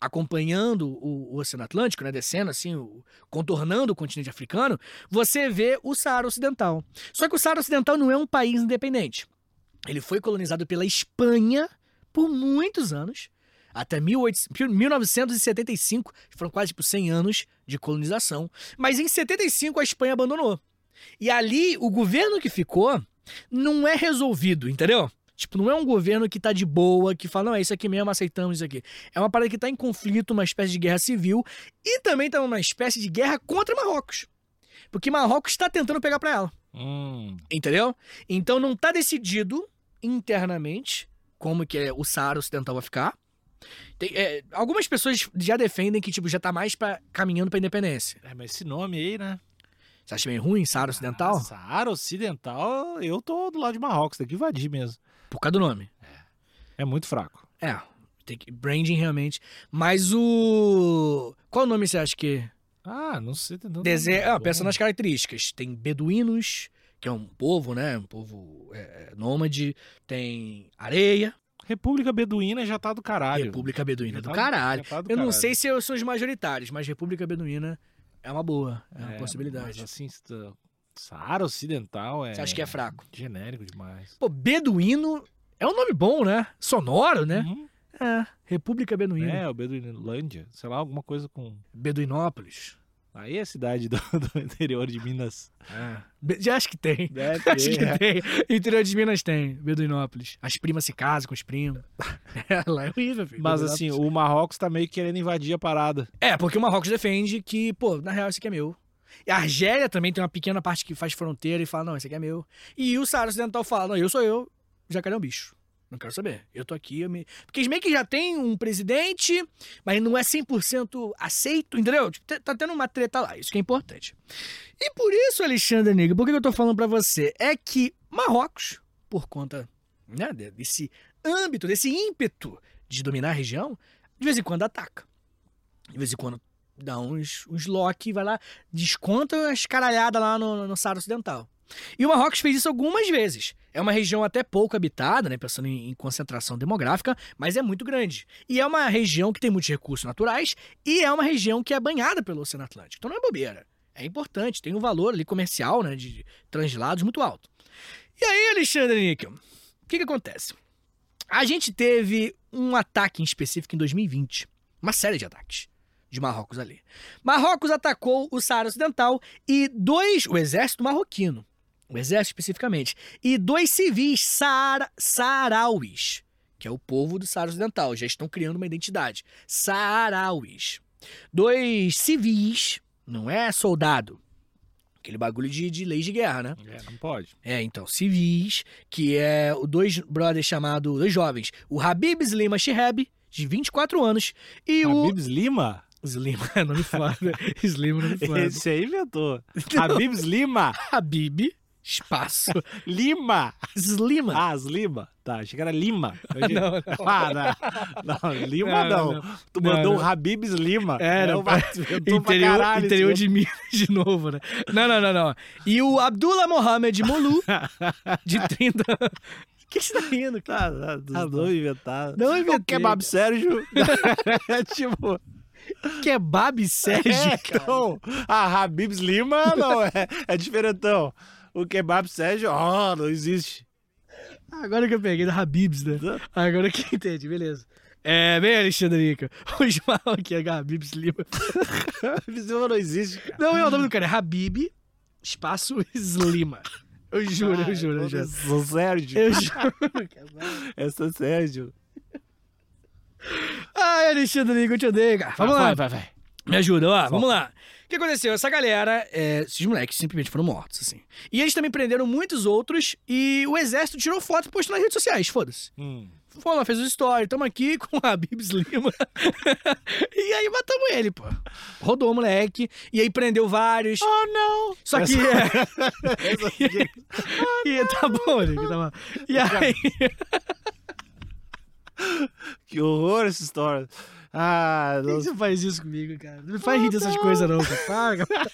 [SPEAKER 2] acompanhando o, o Oceano Atlântico, né, descendo assim, o- contornando o continente africano, você vê o Saara Ocidental. Só que o Saara Ocidental não é um país independente. Ele foi colonizado pela Espanha por muitos anos, até 1800 1975, foram quase tipo 100 anos de colonização. Mas em 75 a Espanha abandonou. E ali o governo que ficou não é resolvido, entendeu? Tipo, não é um governo que tá de boa, que fala, não, é isso aqui mesmo, aceitamos isso aqui. É uma parada que tá em conflito, uma espécie de guerra civil, e também tá uma espécie de guerra contra Marrocos. Porque Marrocos está tentando pegar pra ela.
[SPEAKER 3] Hum,
[SPEAKER 2] Entendeu? Então não tá decidido internamente como que é o Saara Ocidental vai ficar. Tem, é, algumas pessoas já defendem que tipo já tá mais para caminhando pra independência.
[SPEAKER 3] É, mas esse nome aí, né?
[SPEAKER 2] Você acha meio ruim Saara Ocidental?
[SPEAKER 3] Ah, Saara Ocidental, eu tô do lado de Marrocos, tem que invadir mesmo.
[SPEAKER 2] Por causa do nome.
[SPEAKER 3] É muito fraco.
[SPEAKER 2] É, tem que branding realmente, mas o qual nome você acha que
[SPEAKER 3] Ah, não sei. Não,
[SPEAKER 2] Dese...
[SPEAKER 3] não-
[SPEAKER 2] Ah, pensa nas características. Tem beduínos, que é um povo, né? Um povo é, nômade. Tem areia.
[SPEAKER 3] República Beduína já tá do caralho.
[SPEAKER 2] República Beduína
[SPEAKER 3] Já
[SPEAKER 2] do
[SPEAKER 3] tá-
[SPEAKER 2] caralho.
[SPEAKER 3] já tá do
[SPEAKER 2] Eu não
[SPEAKER 3] caralho.
[SPEAKER 2] sei se eu- são os majoritários, mas República Beduína é uma boa, é uma
[SPEAKER 3] É,
[SPEAKER 2] possibilidade.
[SPEAKER 3] Mas assim, se tu- Saara Ocidental é.
[SPEAKER 2] Você acha que é fraco?
[SPEAKER 3] Genérico demais.
[SPEAKER 2] Pô, beduíno É um nome bom, né? Sonoro, né?
[SPEAKER 3] Uhum.
[SPEAKER 2] É. República Beduína.
[SPEAKER 3] É, o Beduinolândia, sei lá, alguma coisa com.
[SPEAKER 2] Beduinópolis.
[SPEAKER 3] Aí é a cidade do, (laughs) do interior de Minas.
[SPEAKER 2] Be- Já acho que tem.
[SPEAKER 3] (laughs)
[SPEAKER 2] (laughs)
[SPEAKER 3] Deve
[SPEAKER 2] Acho que
[SPEAKER 3] ter.
[SPEAKER 2] tem. Interior de Minas tem, Beduinópolis. As primas se casam com os primos. (laughs) É, lá é horrível, filho.
[SPEAKER 3] Mas
[SPEAKER 2] Beduinópolis.
[SPEAKER 3] assim, o Marrocos tá meio que querendo invadir a parada.
[SPEAKER 2] É, porque o Marrocos defende que, pô, na real, isso aqui é meu. E a Argélia também tem uma pequena parte que faz fronteira e fala, não, isso aqui é meu. E o Saara Ocidental fala, não, eu sou eu, jacaré é um bicho. Não quero saber. Eu tô aqui, eu me... Porque eles meio que já tem um presidente, mas não é 100% aceito, entendeu? Tipo, te- tá tendo uma treta lá, isso que é importante. E por isso, Alexandre Negro, por que que eu tô falando pra você? É que Marrocos, por conta né, de- desse âmbito, desse ímpeto de dominar a região, de vez em quando ataca. De vez em quando dá uns, uns lock e vai lá, desconta as caralhadas lá no, no Saara Ocidental. E o Marrocos fez isso algumas vezes. É uma região até pouco habitada, né? Pensando em, em concentração demográfica, mas é muito grande. E é uma região que tem muitos recursos naturais e é uma região que é banhada pelo Oceano Atlântico. Então não é bobeira. É importante, tem um valor ali comercial, né? De translados muito alto. E aí, Alexandre Níquel, o que, que acontece? A gente teve um ataque em específico em 2020. Uma série de ataques de Marrocos ali. Marrocos atacou o Saara Ocidental e dois. O exército marroquino. O exército especificamente. E dois civis saara, saarauis, que é o povo do Saara Ocidental. Já estão criando uma identidade. Saarauis. Dois civis, não é soldado. Aquele bagulho de, de leis de guerra, né?
[SPEAKER 3] É, não pode.
[SPEAKER 2] É, então, civis, que é o dois brothers chamados, dois jovens, o Habib Slima Shihab, de 24 anos, e o...
[SPEAKER 3] Habibs Lima?
[SPEAKER 2] (laughs) Slima, é nome foda. Slima, nome foda.
[SPEAKER 3] (laughs) Esse aí inventou.
[SPEAKER 2] Então-
[SPEAKER 3] Habibs Lima!
[SPEAKER 2] Habib, (laughs) espaço,
[SPEAKER 3] Lima!
[SPEAKER 2] Slima.
[SPEAKER 3] Ah, as Lima? Tá, achei que era Lima. Eu achei-
[SPEAKER 2] não, não.
[SPEAKER 3] (laughs) Ah, não. Não, Lima não.
[SPEAKER 2] Não, não,
[SPEAKER 3] Tu
[SPEAKER 2] Não,
[SPEAKER 3] mandou
[SPEAKER 2] não.
[SPEAKER 3] o Habibs Lima.
[SPEAKER 2] Era,
[SPEAKER 3] Não,
[SPEAKER 2] pá.
[SPEAKER 3] tu inventou pra
[SPEAKER 2] Interior,
[SPEAKER 3] caralho,
[SPEAKER 2] interior de Minas de novo, né? Não, não, não, não. E o Abdullah Mohamed Molu, de (laughs) 30 anos. O que que você tá rindo, cara?
[SPEAKER 3] Tá, tá, dos
[SPEAKER 2] Ah,
[SPEAKER 3] dois inventados.
[SPEAKER 2] Não inventei,
[SPEAKER 3] O Kebab
[SPEAKER 2] cara.
[SPEAKER 3] Sérgio. é tipo. (laughs)
[SPEAKER 2] Kebab Sérgio,
[SPEAKER 3] é,
[SPEAKER 2] cara.
[SPEAKER 3] então. Ah, Habibs Lima não, é, é diferentão. O Kebab Sérgio, ó, não existe. (laughs)
[SPEAKER 2] Agora que eu peguei da Habibs, né? Agora que eu entendi, beleza. É, bem, (laughs) Alexandrica, os marroquinos, é Habibs Lima.
[SPEAKER 3] Habibs Lima não existe, cara.
[SPEAKER 2] Não, é o nome do cara, é Habib, espaço (laughs) Slima. Eu juro, eu juro, eu
[SPEAKER 3] Eu
[SPEAKER 2] juro.
[SPEAKER 3] sou Sérgio.
[SPEAKER 2] Eu juro.
[SPEAKER 3] Eu sou Sérgio.
[SPEAKER 2] Ai, Alexandrica, eu te odeio, cara. Vamos lá.
[SPEAKER 3] Ah, Vai, vai, vai.
[SPEAKER 2] Me ajuda, ó. Vamos lá. O que aconteceu? Essa galera, é, esses moleques simplesmente foram mortos, assim. E eles também prenderam muitos outros e o exército tirou foto e postou nas redes sociais, foda-se.
[SPEAKER 3] Hum.
[SPEAKER 2] Foi lá, fez um story, tamo aqui (laughs) com a Bibs Lima. (laughs) e aí matamos ele, pô. Rodou o moleque, e aí prendeu vários.
[SPEAKER 3] Oh, não!
[SPEAKER 2] Só que. (laughs) e tá bom, Nick, tá bom. E aí.
[SPEAKER 3] Que horror essa história. Ah,
[SPEAKER 2] Por que
[SPEAKER 3] não-
[SPEAKER 2] Você faz isso comigo, cara. Não me faz rir dessas coisas, não, cara. Para, (laughs) cara.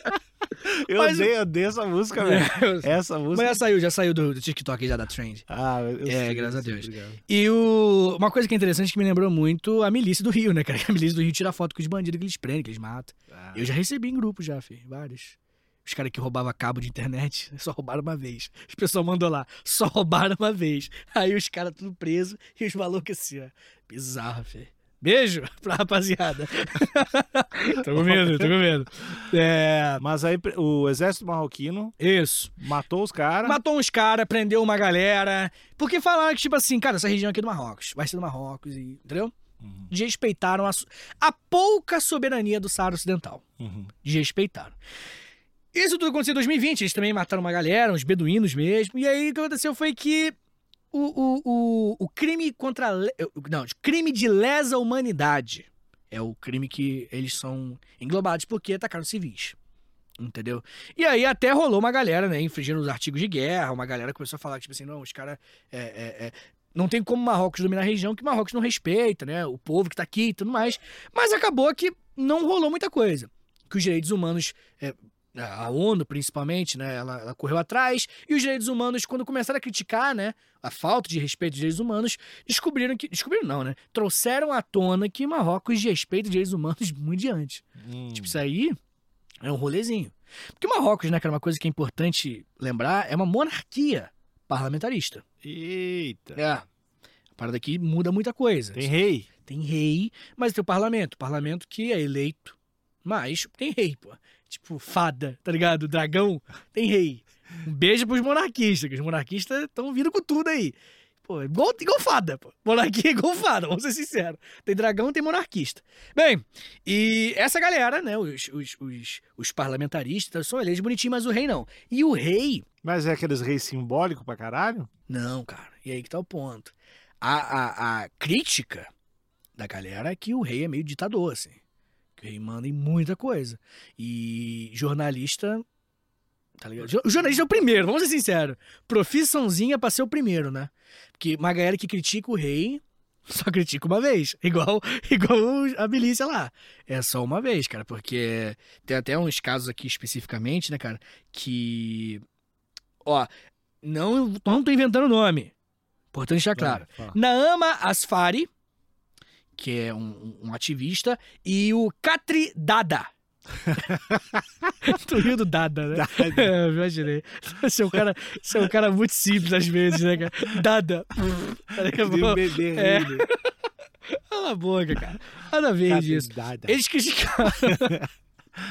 [SPEAKER 3] eu
[SPEAKER 2] Mas-
[SPEAKER 3] odeio, odeio essa música, velho.
[SPEAKER 2] É,
[SPEAKER 3] Essa
[SPEAKER 2] Mas
[SPEAKER 3] música.
[SPEAKER 2] já saiu, já saiu do, do TikTok já da Trend.
[SPEAKER 3] Ah, eu
[SPEAKER 2] É,
[SPEAKER 3] sei,
[SPEAKER 2] graças a
[SPEAKER 3] sei,
[SPEAKER 2] Deus.
[SPEAKER 3] obrigado.
[SPEAKER 2] E o- uma coisa que é interessante que me lembrou muito a milícia do Rio, né, cara? (laughs) Que a milícia do Rio tira foto com os bandidos que eles prendem, que eles matam.
[SPEAKER 3] Ah.
[SPEAKER 2] Eu já recebi em grupo já, filho, vários. Os caras que roubavam cabo de internet (laughs) só roubaram uma vez. Os pessoal mandou lá, só roubaram uma vez. Aí os caras tudo preso e os malucos assim, ó. Bizarro, filho. Beijo pra rapaziada. (laughs) tô com medo, tô com medo. (laughs) É.
[SPEAKER 3] Mas aí pre- o exército marroquino
[SPEAKER 2] Isso.
[SPEAKER 3] matou os caras.
[SPEAKER 2] (laughs) Matou uns caras, prendeu uma galera. Porque falaram que, tipo assim, cara, essa região aqui é do Marrocos. Vai ser do Marrocos, e, entendeu?
[SPEAKER 3] Uhum.
[SPEAKER 2] Desrespeitaram a, su- a pouca soberania do Saara Ocidental.
[SPEAKER 3] Uhum.
[SPEAKER 2] Desrespeitaram. Isso tudo aconteceu em 2020. Eles também mataram uma galera, uns beduínos mesmo. E aí o que aconteceu foi que o, o, o, o crime contra. a le- Não, crime de lesa humanidade. É o crime que eles são englobados porque atacaram civis. Entendeu? E aí até rolou uma galera, né? Infringindo os artigos de guerra. Uma galera começou a falar, tipo assim, não, os caras. é, é, é, não tem como Marrocos dominar a região que Marrocos não respeita, né? O povo que tá aqui e tudo mais. Mas acabou que não rolou muita coisa. Que os direitos humanos. é, a ONU, principalmente, né? Ela, ela correu atrás. E os direitos humanos, quando começaram a criticar, né? A falta de respeito dos direitos humanos, descobriram que. Descobriram não, né? Trouxeram à tona que Marrocos desrespeita os direitos humanos (laughs) muito diante.
[SPEAKER 3] Hum.
[SPEAKER 2] Tipo, isso aí é um rolezinho. Porque Marrocos, né, cara, uma coisa que é importante lembrar, é uma monarquia parlamentarista.
[SPEAKER 3] Eita.
[SPEAKER 2] É. parada que muda muita coisa.
[SPEAKER 3] Tem rei.
[SPEAKER 2] Tem rei, mas tem o parlamento. Parlamento que é eleito, mas tem rei, pô. Tipo, fada, tá ligado? Dragão, tem rei. Um beijo pros monarquistas, que os monarquistas estão vindo com tudo aí. Pô, é igual, igual fada, pô. Monarquia é igual fada, vamos ser sinceros. Tem dragão, tem monarquista. Bem, e essa galera, né, os, os, os, os parlamentaristas, são eles bonitinhos, mas o rei não. E o rei,
[SPEAKER 3] Mas é aqueles reis simbólicos pra caralho?
[SPEAKER 2] não, cara. E aí que tá o ponto. A, a, a crítica da galera é que o rei é meio ditador, assim. Que o rei manda em muita coisa. E jornalista. Tá ligado? Jo- O jornalista é o primeiro, vamos ser sinceros. Profissãozinha pra ser o primeiro, né? Porque uma galera que critica o rei (laughs) só critica uma vez. Igual, (laughs) igual a milícia lá. É só uma vez, cara. Porque tem até uns casos aqui especificamente, né, cara? Que. Ó, não, não tô inventando nome. Importante deixar claro.
[SPEAKER 3] Vai, fala.
[SPEAKER 2] Naama Asfari, que é um, um ativista, e o Katri
[SPEAKER 3] (laughs)
[SPEAKER 2] Dada. tu riu do Dada, né? (laughs) É, eu imaginei. Você é, um cara, você é um cara muito simples às vezes, né, cara? Dada.
[SPEAKER 3] Deu um bebê
[SPEAKER 2] É.
[SPEAKER 3] rei, né?
[SPEAKER 2] Cala a boca, cara. Nada a ver disso.
[SPEAKER 3] Cadidada.
[SPEAKER 2] Eles criticaram.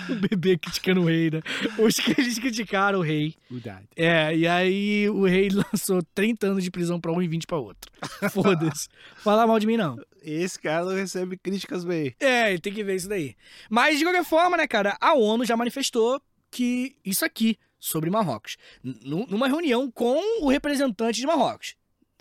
[SPEAKER 2] o bebê criticando o rei, né? Os que eles criticaram o rei.
[SPEAKER 3] Cuidado.
[SPEAKER 2] É, e aí o rei (laughs) lançou 30 anos de prisão pra um e 20 pra outro. Foda-se. Fala mal de mim, não.
[SPEAKER 3] Esse cara não recebe críticas bem.
[SPEAKER 2] É, tem que ver isso daí. Mas, de qualquer forma, né, cara, a ONU já manifestou que isso aqui, sobre Marrocos. nu- Numa reunião com o representante de Marrocos,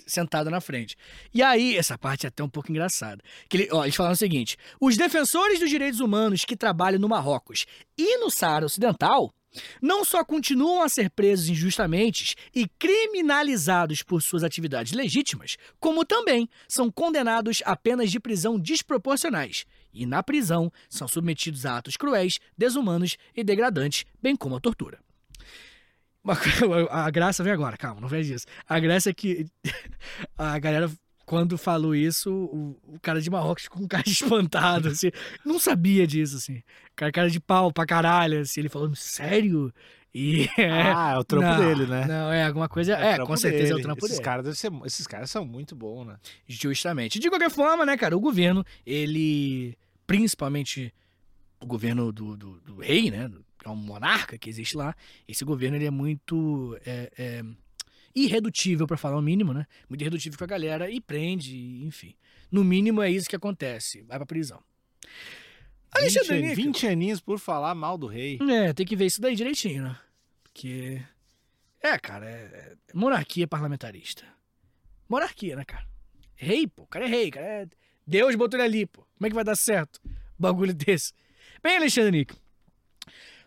[SPEAKER 2] sentado na frente. E aí, essa parte é até um pouco engraçada. Que ele- ó, eles falaram o seguinte: os defensores dos direitos humanos que trabalham no Marrocos e no Saara Ocidental. Não só continuam a ser presos injustamente e criminalizados por suas atividades legítimas, como também são condenados a penas de prisão desproporcionais e na prisão são submetidos a atos cruéis, desumanos e degradantes, bem como a tortura. Uma co- (laughs) A graça vem agora, calma, não fez isso. A graça é que (laughs) a galera, quando falou isso, o, o cara de Marrocos ficou com cara de espantado, assim. Não sabia disso, assim. Cara, cara de pau pra caralho, assim. Ele falou, sério? E (laughs) é.
[SPEAKER 3] Ah, é o trampo
[SPEAKER 2] não,
[SPEAKER 3] dele, né?
[SPEAKER 2] Não, é alguma coisa.
[SPEAKER 3] o
[SPEAKER 2] É,
[SPEAKER 3] trampo
[SPEAKER 2] com certeza é o
[SPEAKER 3] dele.
[SPEAKER 2] trampo
[SPEAKER 3] esses
[SPEAKER 2] dele.
[SPEAKER 3] Caras devem ser- esses caras são muito bons, né?
[SPEAKER 2] Justamente. De qualquer forma, né, cara, o governo, ele. Principalmente o governo do, do, do rei, né? Que é um monarca que existe lá. Esse governo, ele é muito. é, é, irredutível, pra falar o mínimo, né? Muito irredutível com a galera e prende, e, enfim. No mínimo é isso que acontece. Vai pra prisão.
[SPEAKER 3] 20,
[SPEAKER 2] Alexandre
[SPEAKER 3] an-
[SPEAKER 2] Níquel.
[SPEAKER 3] 20 aninhos por falar mal do rei.
[SPEAKER 2] É, tem que ver isso daí direitinho, né? Porque. É, cara, é... é monarquia parlamentarista. Monarquia, né, cara? Rei, pô, o cara é rei, o cara é. Deus botou ele ali, pô. Como é que vai dar certo? Bagulho (laughs) desse. Bem, Alexandre Nico.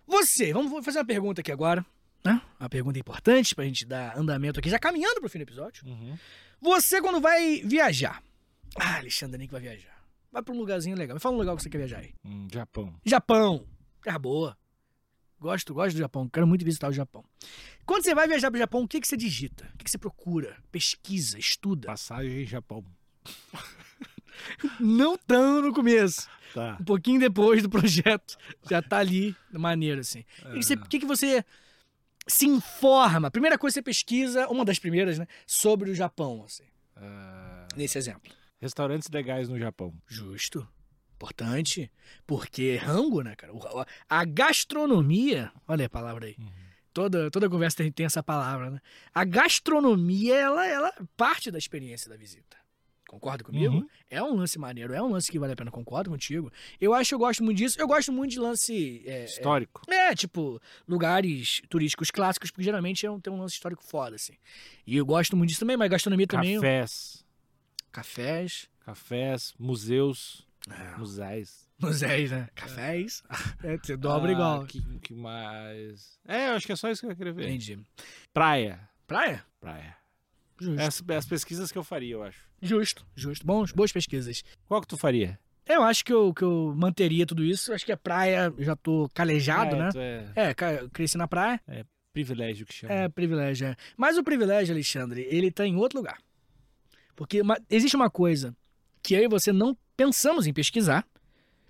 [SPEAKER 2] Você, vamos vou fazer uma pergunta aqui agora, né? Uma pergunta importante pra gente dar andamento aqui, já caminhando pro fim do episódio.
[SPEAKER 3] Uhum.
[SPEAKER 2] Você, quando vai viajar. Ah, Alexandre Nico vai viajar. Vai pra um lugarzinho legal. Me fala um lugar que você quer viajar aí.
[SPEAKER 3] Hum, Japão.
[SPEAKER 2] Japão. Terra boa. Gosto, gosto do Japão. Quero muito visitar o Japão. Quando você vai viajar pro Japão, o que, que você digita? O que, que você procura? Pesquisa, estuda?
[SPEAKER 3] Passagem em Japão.
[SPEAKER 2] Não tão no começo.
[SPEAKER 3] Tá.
[SPEAKER 2] Um pouquinho depois do projeto. Já tá ali, maneiro assim. O que, que você,
[SPEAKER 3] É.
[SPEAKER 2] o que que você se informa? Primeira coisa que você pesquisa, uma das primeiras, né? Sobre o Japão, assim.
[SPEAKER 3] Ah,
[SPEAKER 2] Nesse exemplo.
[SPEAKER 3] restaurantes legais no Japão.
[SPEAKER 2] Justo. Importante. Porque rango, né, cara? O- a- A gastronomia. Olha a palavra aí. Toda, toda conversa tem, tem essa palavra, né? A gastronomia, ela, ela parte da experiência da visita. Concorda comigo?
[SPEAKER 3] Uhum.
[SPEAKER 2] É um lance maneiro, é um lance que vale a pena, concordo contigo. Eu acho que eu gosto muito disso. Eu gosto muito de lance. É,
[SPEAKER 3] Histórico.
[SPEAKER 2] é, tipo, lugares turísticos clássicos, porque geralmente é um, tem um lance histórico foda, assim. E eu gosto muito disso também, mas gastronomia também.
[SPEAKER 3] Cafés.
[SPEAKER 2] Cafés.
[SPEAKER 3] Cafés, museus,
[SPEAKER 2] É.
[SPEAKER 3] museais.
[SPEAKER 2] Muséis, né? Cafés. É, você dobra igual.
[SPEAKER 3] Ah, que, que mais? É, eu acho que é só isso que eu queria ver.
[SPEAKER 2] Entendi.
[SPEAKER 3] Praia.
[SPEAKER 2] Praia?
[SPEAKER 3] Praia.
[SPEAKER 2] Justo.
[SPEAKER 3] As, as pesquisas que eu faria, eu acho.
[SPEAKER 2] Justo, justo. Bons, boas pesquisas.
[SPEAKER 3] Qual que tu faria?
[SPEAKER 2] Eu acho que eu, que eu manteria tudo isso. Eu acho que a praia, eu já tô calejado,
[SPEAKER 3] Praia,
[SPEAKER 2] né?
[SPEAKER 3] tu É
[SPEAKER 2] É, ca- eu cresci na praia.
[SPEAKER 3] privilégio né? que chama.
[SPEAKER 2] É, privilégio, é. Mas o privilégio, Alexandre, ele tá em outro lugar. Porque ma- existe uma coisa que eu e você não pensamos em pesquisar,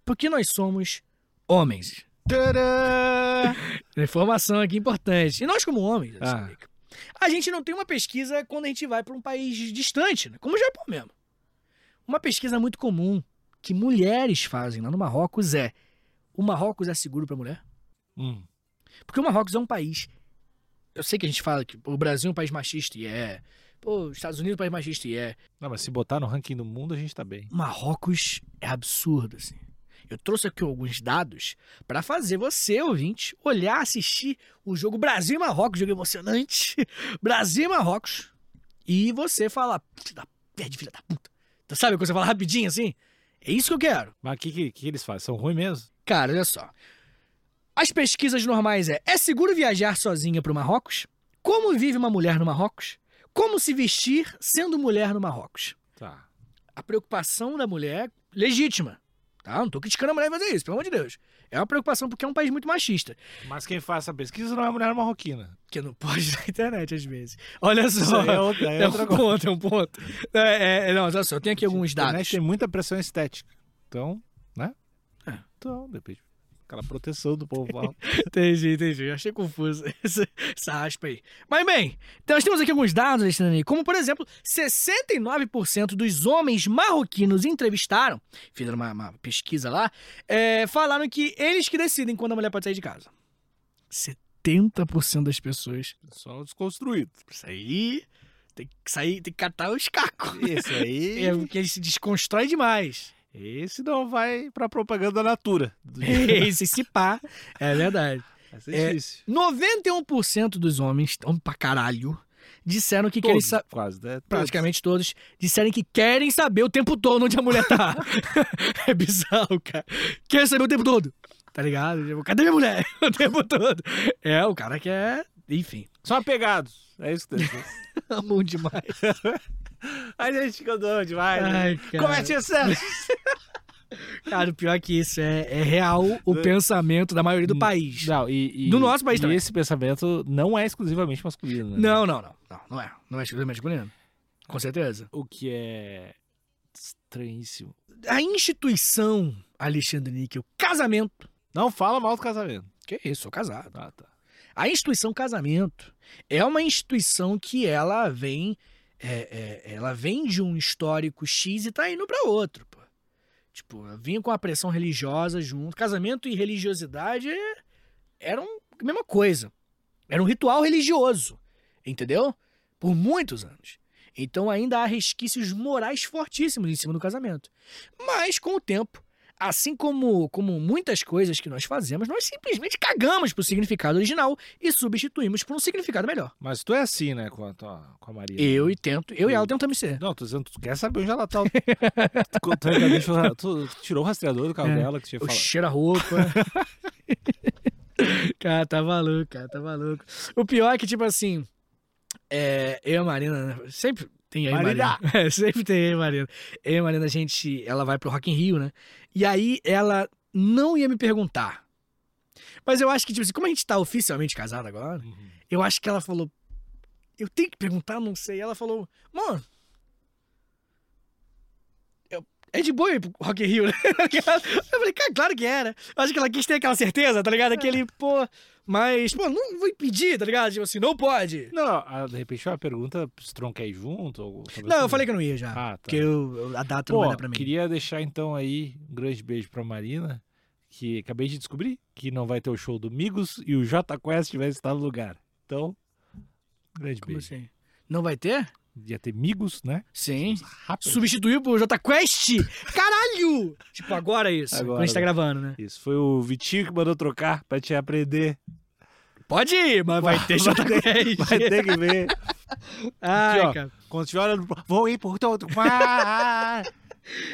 [SPEAKER 2] porque nós somos homens.
[SPEAKER 3] Tcharam!
[SPEAKER 2] (laughs) Informação aqui importante. E nós, como homens,
[SPEAKER 3] Ah.
[SPEAKER 2] Alexandre, a gente não tem uma pesquisa quando a gente vai pra um país distante, né? como o Japão mesmo. Uma pesquisa muito comum que mulheres fazem lá no Marrocos é: o Marrocos é seguro pra mulher?
[SPEAKER 3] Hum.
[SPEAKER 2] Porque o Marrocos é um país. Eu sei que a gente fala que o Brasil é um país machista e é. Pô, os Estados Unidos é um país machista e é.
[SPEAKER 3] Não, mas se botar no ranking do mundo, a gente tá bem.
[SPEAKER 2] Marrocos é absurdo, assim. Eu trouxe aqui alguns dados pra fazer você, ouvinte, olhar, assistir o jogo Brasil e Marrocos, jogo emocionante. (laughs) Brasil e Marrocos. E você falar, filha da perde, filha da puta. Tu sabe quando você fala rapidinho assim? É isso que eu quero.
[SPEAKER 3] Mas o que, que, que eles fazem? São ruins mesmo?
[SPEAKER 2] Cara, olha só. As pesquisas normais é: é seguro viajar sozinha pro Marrocos? Como vive uma mulher no Marrocos? Como se vestir sendo mulher no Marrocos?
[SPEAKER 3] Tá.
[SPEAKER 2] a preocupação da mulher legítima. Tá? Não tô criticando a mulher fazer isso, pelo amor de Deus. É uma preocupação porque é um país muito machista.
[SPEAKER 3] Mas quem faz essa pesquisa não é a mulher marroquina.
[SPEAKER 2] Que não pode (laughs) na internet às vezes. Olha só.
[SPEAKER 3] é outra,
[SPEAKER 2] (laughs) É, um ponto, é um ponto. É, é, não, mas olha só, eu tenho aqui alguns
[SPEAKER 3] A
[SPEAKER 2] dados.
[SPEAKER 3] internet Né? tem muita pressão estética. Então, né?
[SPEAKER 2] É.
[SPEAKER 3] Então, depende. Aquela proteção do povo (laughs) lá.
[SPEAKER 2] Entendi, entendi. Achei confuso (laughs) essa, essa aspa aí. Mas bem, então nós temos aqui alguns dados, Alexandre, como por exemplo, 69% dos homens marroquinos entrevistaram, fizeram uma, uma pesquisa lá, é, falaram que eles que decidem quando a mulher pode sair de casa. 70% das pessoas.
[SPEAKER 3] Só desconstruído.
[SPEAKER 2] Isso aí tem que sair, tem que catar os cacos.
[SPEAKER 3] Esse (laughs) aí.
[SPEAKER 2] É porque ele se desconstrói demais.
[SPEAKER 3] Esse não vai pra propaganda (laughs) natura.
[SPEAKER 2] Esse se pá. É verdade.
[SPEAKER 3] Vai ser difícil.
[SPEAKER 2] 91% dos homens, homem pra caralho, disseram que querem
[SPEAKER 3] Todos,
[SPEAKER 2] saber.
[SPEAKER 3] quase, né? Todos.
[SPEAKER 2] Praticamente todos disseram que querem saber o tempo todo onde a mulher tá. (laughs) é bizarro, cara. Quer saber o tempo todo. Tá ligado? Tipo, Cadê minha mulher? (laughs) O tempo todo. É, o cara que é. (laughs) Enfim.
[SPEAKER 3] Só apegados. É isso que tem.
[SPEAKER 2] Amou demais.
[SPEAKER 3] (laughs) A gente ficou demais. né?
[SPEAKER 2] Ai, cara.
[SPEAKER 3] Comete excesso.
[SPEAKER 2] (laughs) Cara, o pior é que isso é, é real o pensamento da maioria do país.
[SPEAKER 3] Não, e, e-
[SPEAKER 2] Do nosso país
[SPEAKER 3] e
[SPEAKER 2] também.
[SPEAKER 3] esse pensamento não é exclusivamente masculino, né?
[SPEAKER 2] Não, não, não. Não, não é. Não é exclusivamente masculino. Com certeza.
[SPEAKER 3] O que é estranhíssimo.
[SPEAKER 2] A instituição, Alexandre Níquel, casamento.
[SPEAKER 3] Não fala mal do casamento.
[SPEAKER 2] Que isso, sou casado.
[SPEAKER 3] Ah, tá.
[SPEAKER 2] A instituição casamento é uma instituição que ela vem, é, é, ela vem de um histórico X e tá indo pra outro, pô. Tipo, vinha com a pressão religiosa junto. Casamento e religiosidade é- eram a mesma coisa. Era um ritual religioso, entendeu? Por muitos anos. Então ainda há resquícios morais fortíssimos em cima do casamento. Mas com o tempo, assim como, como muitas coisas que nós fazemos, nós simplesmente cagamos pro significado original e substituímos por um significado melhor.
[SPEAKER 3] Mas tu é assim, né, com a, tua- com a Maria.
[SPEAKER 2] Eu e tento, eu e ela tentamos ser.
[SPEAKER 3] Não, tô dizendo, tu quer saber onde (laughs) ela tá. tu, tu ainda deixa o ra- tu tirou o rastreador do carro
[SPEAKER 2] É.
[SPEAKER 3] dela que tinha
[SPEAKER 2] O
[SPEAKER 3] falado.
[SPEAKER 2] cheiro a roupa. cara, tá maluco, cara, tá maluco. O pior é que, tipo assim, é, eu e a Marina, né, sempre tem aí Marina.
[SPEAKER 3] Marina!
[SPEAKER 2] (laughs) É, sempre tem eu e a Marina. Eu e a Marina, a gente, ela vai pro Rock in Rio, né? E aí ela não ia me perguntar. Mas eu acho que, tipo assim, como a gente tá oficialmente casado agora,
[SPEAKER 3] Uhum.
[SPEAKER 2] eu acho que ela falou. Eu tenho que perguntar, não sei. Ela falou, mano. eu- É de boa ir pro Rock in Rio, né? (laughs) Eu falei, cara, claro que era. Eu acho que ela quis ter aquela certeza, tá ligado?
[SPEAKER 3] É.
[SPEAKER 2] Aquele, pô. Mas, pô, não vou impedir, tá ligado? Tipo assim, não pode.
[SPEAKER 3] Não, ah, de repente foi uma pergunta se tu não quer ir junto. Ou,
[SPEAKER 2] Não, eu falei que eu não ia já.
[SPEAKER 3] Ah, tá.
[SPEAKER 2] Porque eu, eu- a data não vai
[SPEAKER 3] Pô,
[SPEAKER 2] dar pra mim.
[SPEAKER 3] queria deixar então aí um grande beijo pra Marina, que acabei de descobrir que não vai ter o show do Migos e o J Quest vai estar no lugar. Então, grande
[SPEAKER 2] Como
[SPEAKER 3] beijo.
[SPEAKER 2] assim? Não vai ter?
[SPEAKER 3] Ia ter Migos, né?
[SPEAKER 2] Sim.
[SPEAKER 3] Os rappers.
[SPEAKER 2] Substituiu pro Jota Quest? Caralho! tipo, agora é isso.
[SPEAKER 3] Agora,
[SPEAKER 2] quando a gente tá
[SPEAKER 3] agora.
[SPEAKER 2] gravando, né?
[SPEAKER 3] Isso, foi o Vitinho que mandou trocar pra te aprender.
[SPEAKER 2] Pode ir, mas vai
[SPEAKER 3] (laughs)
[SPEAKER 2] ter Jota Quest.
[SPEAKER 3] Vai ter que ver.
[SPEAKER 2] Ai,
[SPEAKER 3] Aqui, ó.
[SPEAKER 2] cara.
[SPEAKER 3] Quando tiver olhando pro... Vou ir por
[SPEAKER 1] (laughs)
[SPEAKER 3] todo... Ah!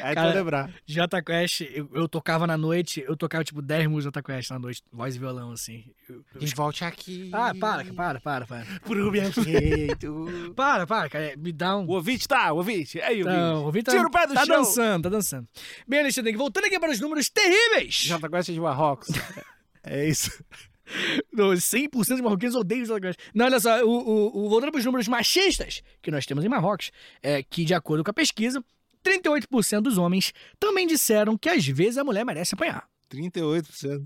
[SPEAKER 3] Aí tu
[SPEAKER 2] Cara,
[SPEAKER 3] vai lembrar.
[SPEAKER 2] Jota Quest, eu, eu tocava na noite, eu tocava tipo 10 músicas Jota Quest na noite, voz e violão, assim. Eu- eu-
[SPEAKER 3] volte aqui.
[SPEAKER 2] Ah, para, para, para, para.
[SPEAKER 3] é Pro meu jeito.
[SPEAKER 2] (laughs) Para, para, cara, é, me dá um.
[SPEAKER 3] o ouvinte tá, o ouvinte. Aí, ouvinte.
[SPEAKER 2] Não, o Vitor
[SPEAKER 3] Tira o pé do
[SPEAKER 2] tá
[SPEAKER 3] chão.
[SPEAKER 2] dançando, tá dançando. Bem, Alexandre, voltando aqui para os números terríveis.
[SPEAKER 3] Jota Quest tá de Marrocos. é isso.
[SPEAKER 2] (laughs) Não, 100% de marroquinos odeiam os Jota Quest. Não, olha só, o, o, o, voltando para os números machistas que nós temos em Marrocos, é que, de acordo com a pesquisa, 38% dos homens também disseram que às vezes a mulher merece apanhar.
[SPEAKER 3] 38%.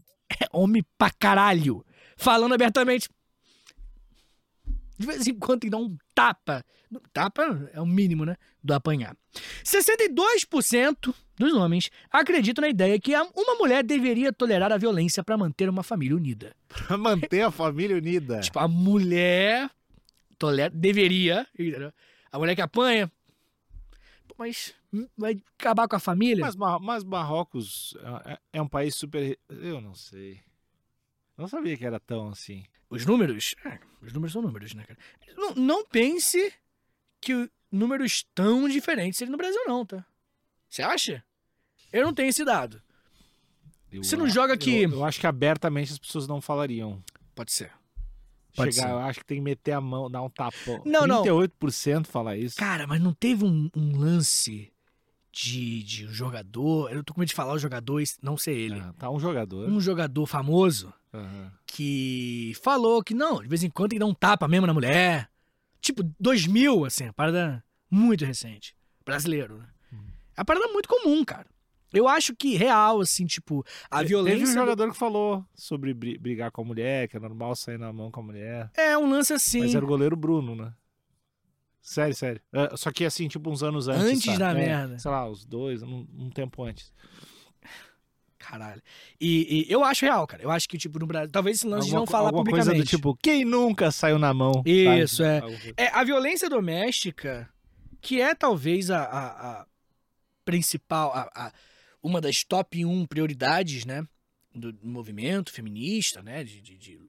[SPEAKER 2] homem pra caralho. Falando abertamente. De vez em quando tem que dar um tapa. Tapa é o mínimo, né? Do apanhar. 62% dos homens acreditam na ideia que uma mulher deveria tolerar a violência para manter uma família unida.
[SPEAKER 1] Pra manter a família
[SPEAKER 3] É.
[SPEAKER 1] unida.
[SPEAKER 2] Tipo, a mulher tolera, deveria. entendeu? A mulher que apanha. pô, Mas hum, vai acabar com a família?
[SPEAKER 1] Mas, Mar- mas Marrocos é- é- é um país super. Eu não sei. Não sabia que era tão assim.
[SPEAKER 2] Os números? é, os números são números, né, cara? Não, não pense que o- números tão diferentes seriam no Brasil, não, tá? Você acha? Eu não tenho esse dado.
[SPEAKER 1] Eu
[SPEAKER 2] Você não
[SPEAKER 1] a-
[SPEAKER 2] joga que-
[SPEAKER 1] Eu, eu acho que abertamente as pessoas não falariam.
[SPEAKER 2] Pode ser.
[SPEAKER 5] Pode
[SPEAKER 1] Chegar,
[SPEAKER 5] ser.
[SPEAKER 1] eu acho que tem que meter a mão, dar um tapão.
[SPEAKER 2] Não, não.
[SPEAKER 1] 38% fala isso.
[SPEAKER 2] Cara, mas não teve um, um lance de, de um jogador. Eu tô com medo de falar o jogador, esse- não sei ele.
[SPEAKER 1] Ah, tá um jogador.
[SPEAKER 2] Um jogador famoso
[SPEAKER 1] Aham.
[SPEAKER 2] que falou que não, de vez em quando tem que dar um tapa mesmo na mulher. Tipo, 2000, assim, a parada muito recente. Brasileiro, né? É uma parada muito comum, cara. Eu acho que real, assim, tipo, a
[SPEAKER 1] Te-
[SPEAKER 2] violência.
[SPEAKER 1] Teve um jogador que falou sobre bri- brigar com a mulher, que é normal sair na mão com a mulher.
[SPEAKER 2] É um lance assim.
[SPEAKER 1] Mas era o goleiro Bruno, né? Sério, sério. É, Só que assim, tipo, uns anos antes.
[SPEAKER 2] Antes
[SPEAKER 1] sabe?
[SPEAKER 2] da
[SPEAKER 1] É,
[SPEAKER 2] merda.
[SPEAKER 1] Sei lá, os dois, um, um tempo antes.
[SPEAKER 2] Caralho. E, e eu acho real, cara. Eu acho que, tipo, no Brasil. Talvez esse lance
[SPEAKER 1] alguma
[SPEAKER 2] de não
[SPEAKER 1] co-
[SPEAKER 2] falar
[SPEAKER 1] alguma
[SPEAKER 2] publicamente.
[SPEAKER 1] coisa do tipo, quem nunca saiu na mão?
[SPEAKER 2] Isso, é.
[SPEAKER 1] sabe? tipo. Alguma coisa.
[SPEAKER 2] É, a violência doméstica, que é talvez a, a- a principal, a- a- uma das top 1 prioridades, né? Do movimento feminista, né? De, de- de-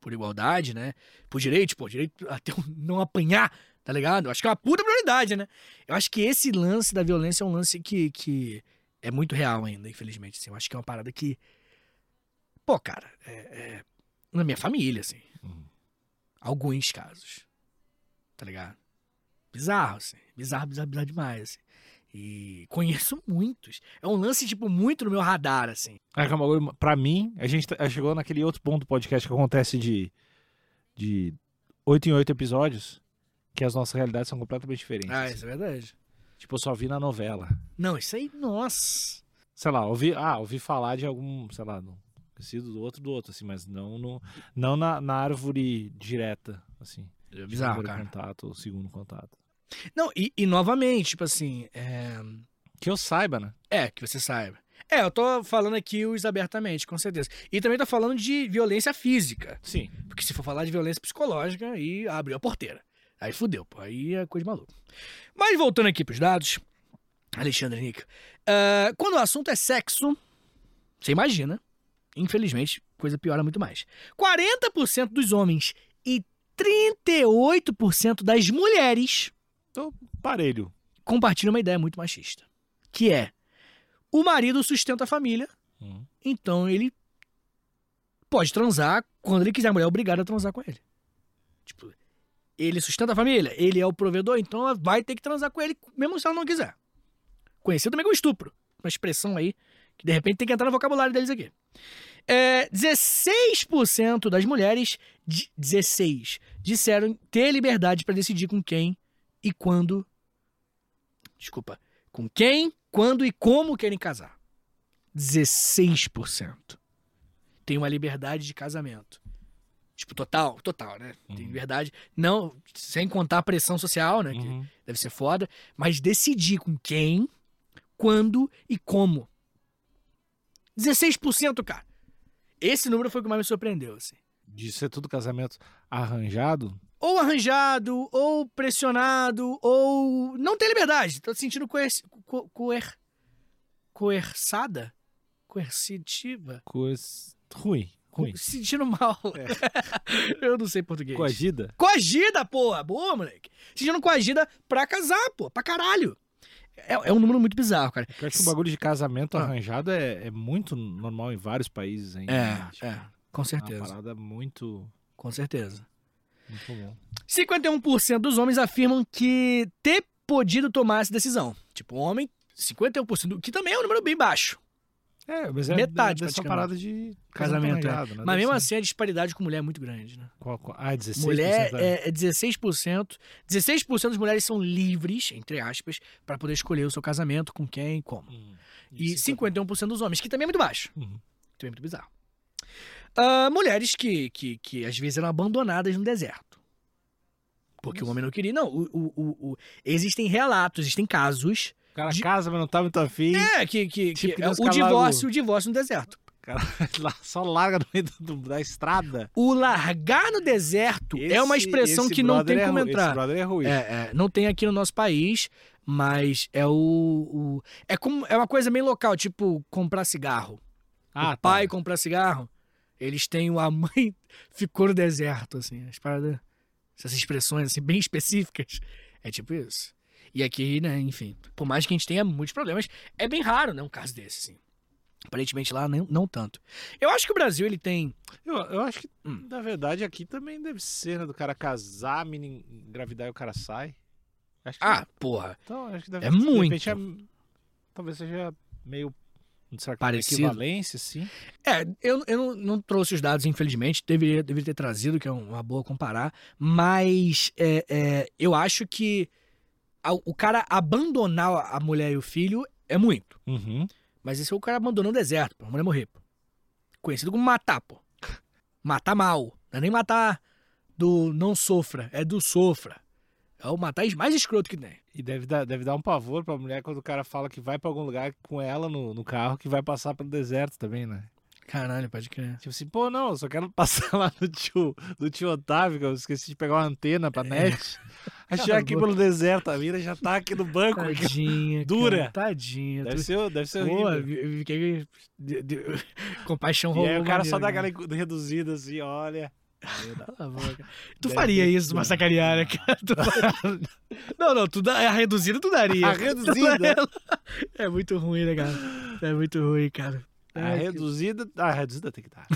[SPEAKER 2] por igualdade, né? Por direito, pô, direito a ter um- não apanhar, tá ligado? Eu acho que é uma puta prioridade, né? Eu acho que esse lance da violência é um lance que, que é muito real ainda, infelizmente. assim. Eu acho que é uma parada que. Pô, cara, é, é, na minha família, assim.
[SPEAKER 1] Uhum.
[SPEAKER 2] Alguns casos tá ligado? Bizarro, assim. Bizarro, bizarro, bizarro demais, assim. E conheço muitos. É um lance, tipo, muito no meu radar, assim.
[SPEAKER 1] É que é um bagulho- pra mim, a gente tá- chegou naquele outro ponto do podcast que acontece de, de 8 em 8 episódios, que as nossas realidades são completamente diferentes.
[SPEAKER 2] Ah, isso é verdade.
[SPEAKER 1] Tipo, eu só vi na novela.
[SPEAKER 2] Não, isso aí, nossa.
[SPEAKER 1] Sei lá, ouvi, ah, ouvi falar de algum, sei lá, não conhecido do outro do outro, assim, mas não, no, não na, na árvore direta, assim.
[SPEAKER 2] Bizarro, cara.
[SPEAKER 1] primeiro contato, ou segundo contato.
[SPEAKER 2] Não, e, e novamente, tipo assim, é...
[SPEAKER 1] Que eu saiba, né?
[SPEAKER 2] é, que você saiba. É, eu tô falando aqui os abertamente, com certeza. E também tô falando de violência física.
[SPEAKER 1] Sim.
[SPEAKER 2] Porque se for falar de violência psicológica, aí abriu a porteira. Aí fudeu, pô. Aí é coisa de maluco. Mas voltando aqui pros dados, Alexandre Nica. ah, quando o assunto é sexo, você imagina. Infelizmente, coisa piora muito mais. 40% dos homens e 38% das mulheres
[SPEAKER 1] Parelho.
[SPEAKER 2] compartilham uma ideia muito machista. Que é, o marido sustenta a família,
[SPEAKER 1] Hum.
[SPEAKER 2] então ele pode transar quando ele quiser. A mulher é obrigada a transar com ele. Tipo, ele sustenta a família, ele é o provedor, então ela vai ter que transar com ele, mesmo se ela não quiser. Conhecido também como estupro. Uma expressão aí que de repente tem que entrar no vocabulário deles aqui. É, 16% das mulheres, de- 16, disseram ter liberdade para decidir com quem e quando. Desculpa. Com quem, quando e como querem casar. 16%. Tem uma liberdade de casamento. Tipo, total, total, né? Tem
[SPEAKER 1] Uhum.
[SPEAKER 2] liberdade. Não, sem contar a pressão social, né? que
[SPEAKER 1] Uhum.
[SPEAKER 2] deve ser foda, mas decidir com quem, quando e como. 16%, cara. Esse número foi o que mais me surpreendeu, assim.
[SPEAKER 1] De ser tudo casamento arranjado,
[SPEAKER 2] Ou arranjado, ou pressionado, ou não tem liberdade. Tô sentindo coer... co- coer... coerçada? Coercitiva?
[SPEAKER 1] coisa ruim. Ruim. É.
[SPEAKER 2] Sentindo mal. (laughs) Eu não sei português.
[SPEAKER 1] Coagida.
[SPEAKER 2] Coagida, porra! Boa, moleque. Sentindo coagida pra casar, pô. Pra caralho. É, é um número muito bizarro, cara.
[SPEAKER 1] Eu acho que o bagulho de casamento
[SPEAKER 2] Ah.
[SPEAKER 1] arranjado é, é muito normal em vários países ainda. né?
[SPEAKER 2] É,
[SPEAKER 1] Tipo,
[SPEAKER 2] é, com
[SPEAKER 1] Uma
[SPEAKER 2] certeza.
[SPEAKER 1] parada muito,
[SPEAKER 2] Com certeza.
[SPEAKER 1] muito comum.
[SPEAKER 2] 51% dos homens afirmam que ter podido tomar essa decisão. Tipo, o homem, 51%, que também é um número bem baixo.
[SPEAKER 1] É, mas é
[SPEAKER 2] Metade,
[SPEAKER 1] dessa
[SPEAKER 2] praticamente.
[SPEAKER 1] parada de
[SPEAKER 2] Casamento,
[SPEAKER 1] casamento
[SPEAKER 2] é.
[SPEAKER 1] arranjado, né?
[SPEAKER 2] Mas
[SPEAKER 1] Deve
[SPEAKER 2] mesmo
[SPEAKER 1] ser.
[SPEAKER 2] assim, a disparidade com mulher é muito grande, né?
[SPEAKER 1] Qual- qual- Ah, 16%.
[SPEAKER 2] Mulher
[SPEAKER 1] é.
[SPEAKER 2] é, é 16%. 16% das mulheres são livres, entre aspas, para poder escolher o seu casamento, com quem e como.
[SPEAKER 1] Hum.
[SPEAKER 2] E 51% dos homens, que também é muito baixo.
[SPEAKER 1] Uhum.
[SPEAKER 2] Também é muito bizarro. Ah, mulheres que, que, que às vezes eram abandonadas no deserto. Porque o homem não queria. Não, o- o- o- o- existem relatos, existem casos
[SPEAKER 1] O cara
[SPEAKER 2] De-
[SPEAKER 1] casa, mas não tá muito afim.
[SPEAKER 2] É, que, que,
[SPEAKER 1] Tipo
[SPEAKER 2] que-
[SPEAKER 1] que Deus
[SPEAKER 2] o
[SPEAKER 1] cavalo.
[SPEAKER 2] divórcio, o divórcio no deserto.
[SPEAKER 1] (laughs) lá- Só larga no meio do- da estrada.
[SPEAKER 2] O largar no deserto é uma
[SPEAKER 1] Esse-
[SPEAKER 2] expressão
[SPEAKER 1] esse
[SPEAKER 2] que não
[SPEAKER 1] brother
[SPEAKER 2] tem
[SPEAKER 1] é
[SPEAKER 2] como
[SPEAKER 1] ru- Esse
[SPEAKER 2] entrar.
[SPEAKER 1] brother é ruim.
[SPEAKER 2] É, é, não tem aqui no nosso país, mas é o, o- é como é uma coisa bem local, tipo comprar cigarro.
[SPEAKER 1] Ah,
[SPEAKER 2] o pai comprar cigarro, eles têm o a mãe (laughs) ficou no deserto assim, as paradas, essas expressões assim bem (laughs) específicas. É tipo isso. E aqui, né, enfim, por mais que a gente tenha muitos problemas, é bem raro, né, um caso desse, assim. Aparentemente lá não, não tanto. Eu acho que o Brasil ele tem.
[SPEAKER 1] Eu, eu acho que,
[SPEAKER 2] Hum.
[SPEAKER 1] na verdade, aqui também deve ser, né? Do cara casar, a menina engravidar e o cara sai. Acho que,
[SPEAKER 2] Ah, porra.
[SPEAKER 1] então, acho que deve
[SPEAKER 2] é
[SPEAKER 1] de
[SPEAKER 2] muito.
[SPEAKER 1] repente, é- talvez seja meio. Será que tem
[SPEAKER 2] Parecido.
[SPEAKER 1] equivalência, assim. sim?
[SPEAKER 2] É, eu, eu não, não trouxe os dados, infelizmente. Deveria, deveria ter trazido, que é uma boa comparar. Mas é, é, eu acho que a- o cara abandonar a mulher e o filho é muito.
[SPEAKER 1] Uhum.
[SPEAKER 2] Mas esse é o cara abandonando o deserto, pra mulher morrer. pô. Conhecido como matar, pô. Matar mal. Não é nem matar do não sofra, é do sofra. É o matar mais escroto que tem.
[SPEAKER 1] E deve dar, deve dar um pavor pra mulher quando o cara fala que vai pra algum lugar com ela no, no carro que vai passar pelo deserto também, né?
[SPEAKER 2] Caralho, pode crer.
[SPEAKER 1] Tipo assim, pô, não, eu só quero passar lá do tio, do tio Otávio, que eu esqueci de pegar uma antena pra net. Achei
[SPEAKER 2] Cala a
[SPEAKER 1] aqui
[SPEAKER 2] boca.
[SPEAKER 1] pelo deserto, a mina já tá aqui no banco. (laughs)
[SPEAKER 2] Tadinha.
[SPEAKER 1] Dura.
[SPEAKER 2] cara, tadinha.
[SPEAKER 1] Deve ser, deve ser
[SPEAKER 2] Pô,
[SPEAKER 1] horrível.
[SPEAKER 2] eu fiquei. de- (laughs) de- Compaixão
[SPEAKER 1] E
[SPEAKER 2] rolou.
[SPEAKER 1] aí o cara só dá aquela
[SPEAKER 2] maneiro,
[SPEAKER 1] encu- reduzida assim, olha.
[SPEAKER 2] né? Cala a
[SPEAKER 1] (laughs)
[SPEAKER 2] boca. Tu
[SPEAKER 1] Deve
[SPEAKER 2] faria
[SPEAKER 1] ser.
[SPEAKER 2] isso, massacariar, né, cara?
[SPEAKER 1] (laughs)
[SPEAKER 2] Tu faria. Não, não, tu dá, a reduzida tu daria. (laughs)
[SPEAKER 1] A reduzida.
[SPEAKER 2] É muito ruim, né, cara? É muito ruim, cara.
[SPEAKER 1] A
[SPEAKER 2] Ai, que
[SPEAKER 1] reduzida. A reduzida tem que dar.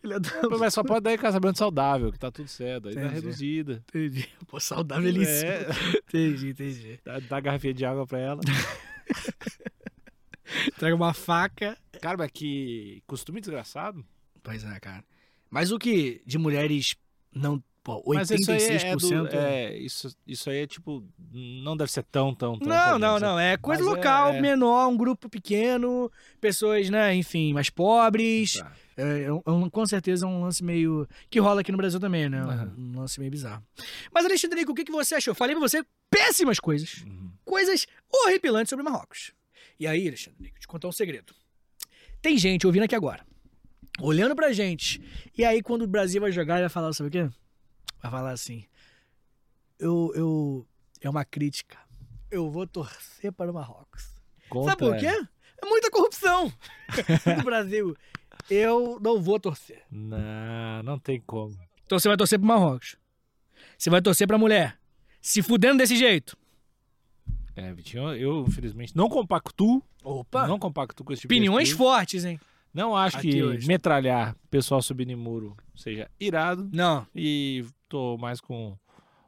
[SPEAKER 2] filha da
[SPEAKER 1] Mas só pode dar em casamento saudável, que tá tudo certo. Aí dá
[SPEAKER 2] Entendi.
[SPEAKER 1] reduzida.
[SPEAKER 2] Entendi. (laughs) Pô, saudávelíssimo.
[SPEAKER 1] É,
[SPEAKER 2] (laughs)
[SPEAKER 1] (laughs)
[SPEAKER 2] Entendi, entendi.
[SPEAKER 1] dá, dá garrafinha de água pra ela.
[SPEAKER 2] Traga uma faca.
[SPEAKER 1] (laughs) Cara, mas que costume desgraçado.
[SPEAKER 2] Pois é, cara. Mas o que de mulheres não. Pô, 86%.
[SPEAKER 1] Mas isso aí é, do, é isso, isso aí é tipo, não deve ser tão, tão, tão.
[SPEAKER 2] Não,
[SPEAKER 1] comum,
[SPEAKER 2] não,
[SPEAKER 1] sabe?
[SPEAKER 2] não. É coisa
[SPEAKER 1] Mas é-
[SPEAKER 2] local,
[SPEAKER 1] é.
[SPEAKER 2] menor, um grupo pequeno, pessoas, né, enfim, mais pobres.
[SPEAKER 1] Tá.
[SPEAKER 2] É, é um- é um- com certeza é um lance meio. que rola aqui no Brasil também, né?
[SPEAKER 1] Aham.
[SPEAKER 2] Um lance meio bizarro. Mas, Alexandre, o que, que você achou? Eu Falei pra você péssimas coisas.
[SPEAKER 1] Uhum.
[SPEAKER 2] Coisas horripilantes sobre Marrocos. E aí, Alexandre, deixa eu te contar um segredo. Tem gente ouvindo aqui agora, olhando pra gente. E aí, quando o Brasil vai jogar, ele vai falar, sabe o quê? Vai falar assim. Eu. eu é uma crítica. Eu vou torcer para o Marrocos.
[SPEAKER 1] Contra-
[SPEAKER 2] Sabe por quê? É muita (laughs) corrupção no Brasil. Eu não vou torcer.
[SPEAKER 1] Não, não tem como.
[SPEAKER 2] Então você vai torcer pro Marrocos. Você vai torcer pra mulher. Se fudendo desse jeito.
[SPEAKER 1] É, Vitinho, eu infelizmente não compactuo.
[SPEAKER 2] Opa!
[SPEAKER 1] Não compactuo com esse tipo
[SPEAKER 2] Opiniões
[SPEAKER 1] de atitude.
[SPEAKER 2] fortes, hein?
[SPEAKER 1] Não acho
[SPEAKER 2] Aqui
[SPEAKER 1] que
[SPEAKER 2] hoje.
[SPEAKER 1] metralhar pessoal subindo em muro seja irado.
[SPEAKER 2] Não.
[SPEAKER 1] E tô mais com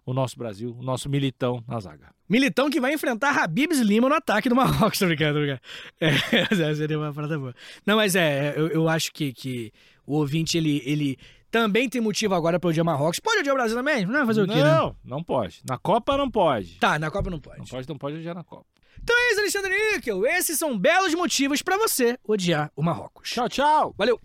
[SPEAKER 1] o nosso Brasil, o nosso militão na zaga.
[SPEAKER 2] Militão que vai enfrentar Habibs Lima no ataque do Marrocos, (laughs) tô brincando, tô brincando. É, (laughs) seria uma parada boa. Não, mas é, eu, eu acho que, que o ouvinte, ele, ele também tem motivo agora pra odiar Marrocos. Pode odiar o Brasil também? Não vai fazer o quê, né?
[SPEAKER 1] não, não pode. Na Copa não pode.
[SPEAKER 2] Tá, na Copa não pode.
[SPEAKER 1] Não pode, não pode odiar na Copa.
[SPEAKER 2] Então é isso, Alexandre Níquel. Esses são belos motivos pra você odiar o Marrocos.
[SPEAKER 1] Tchau, tchau!
[SPEAKER 2] Valeu!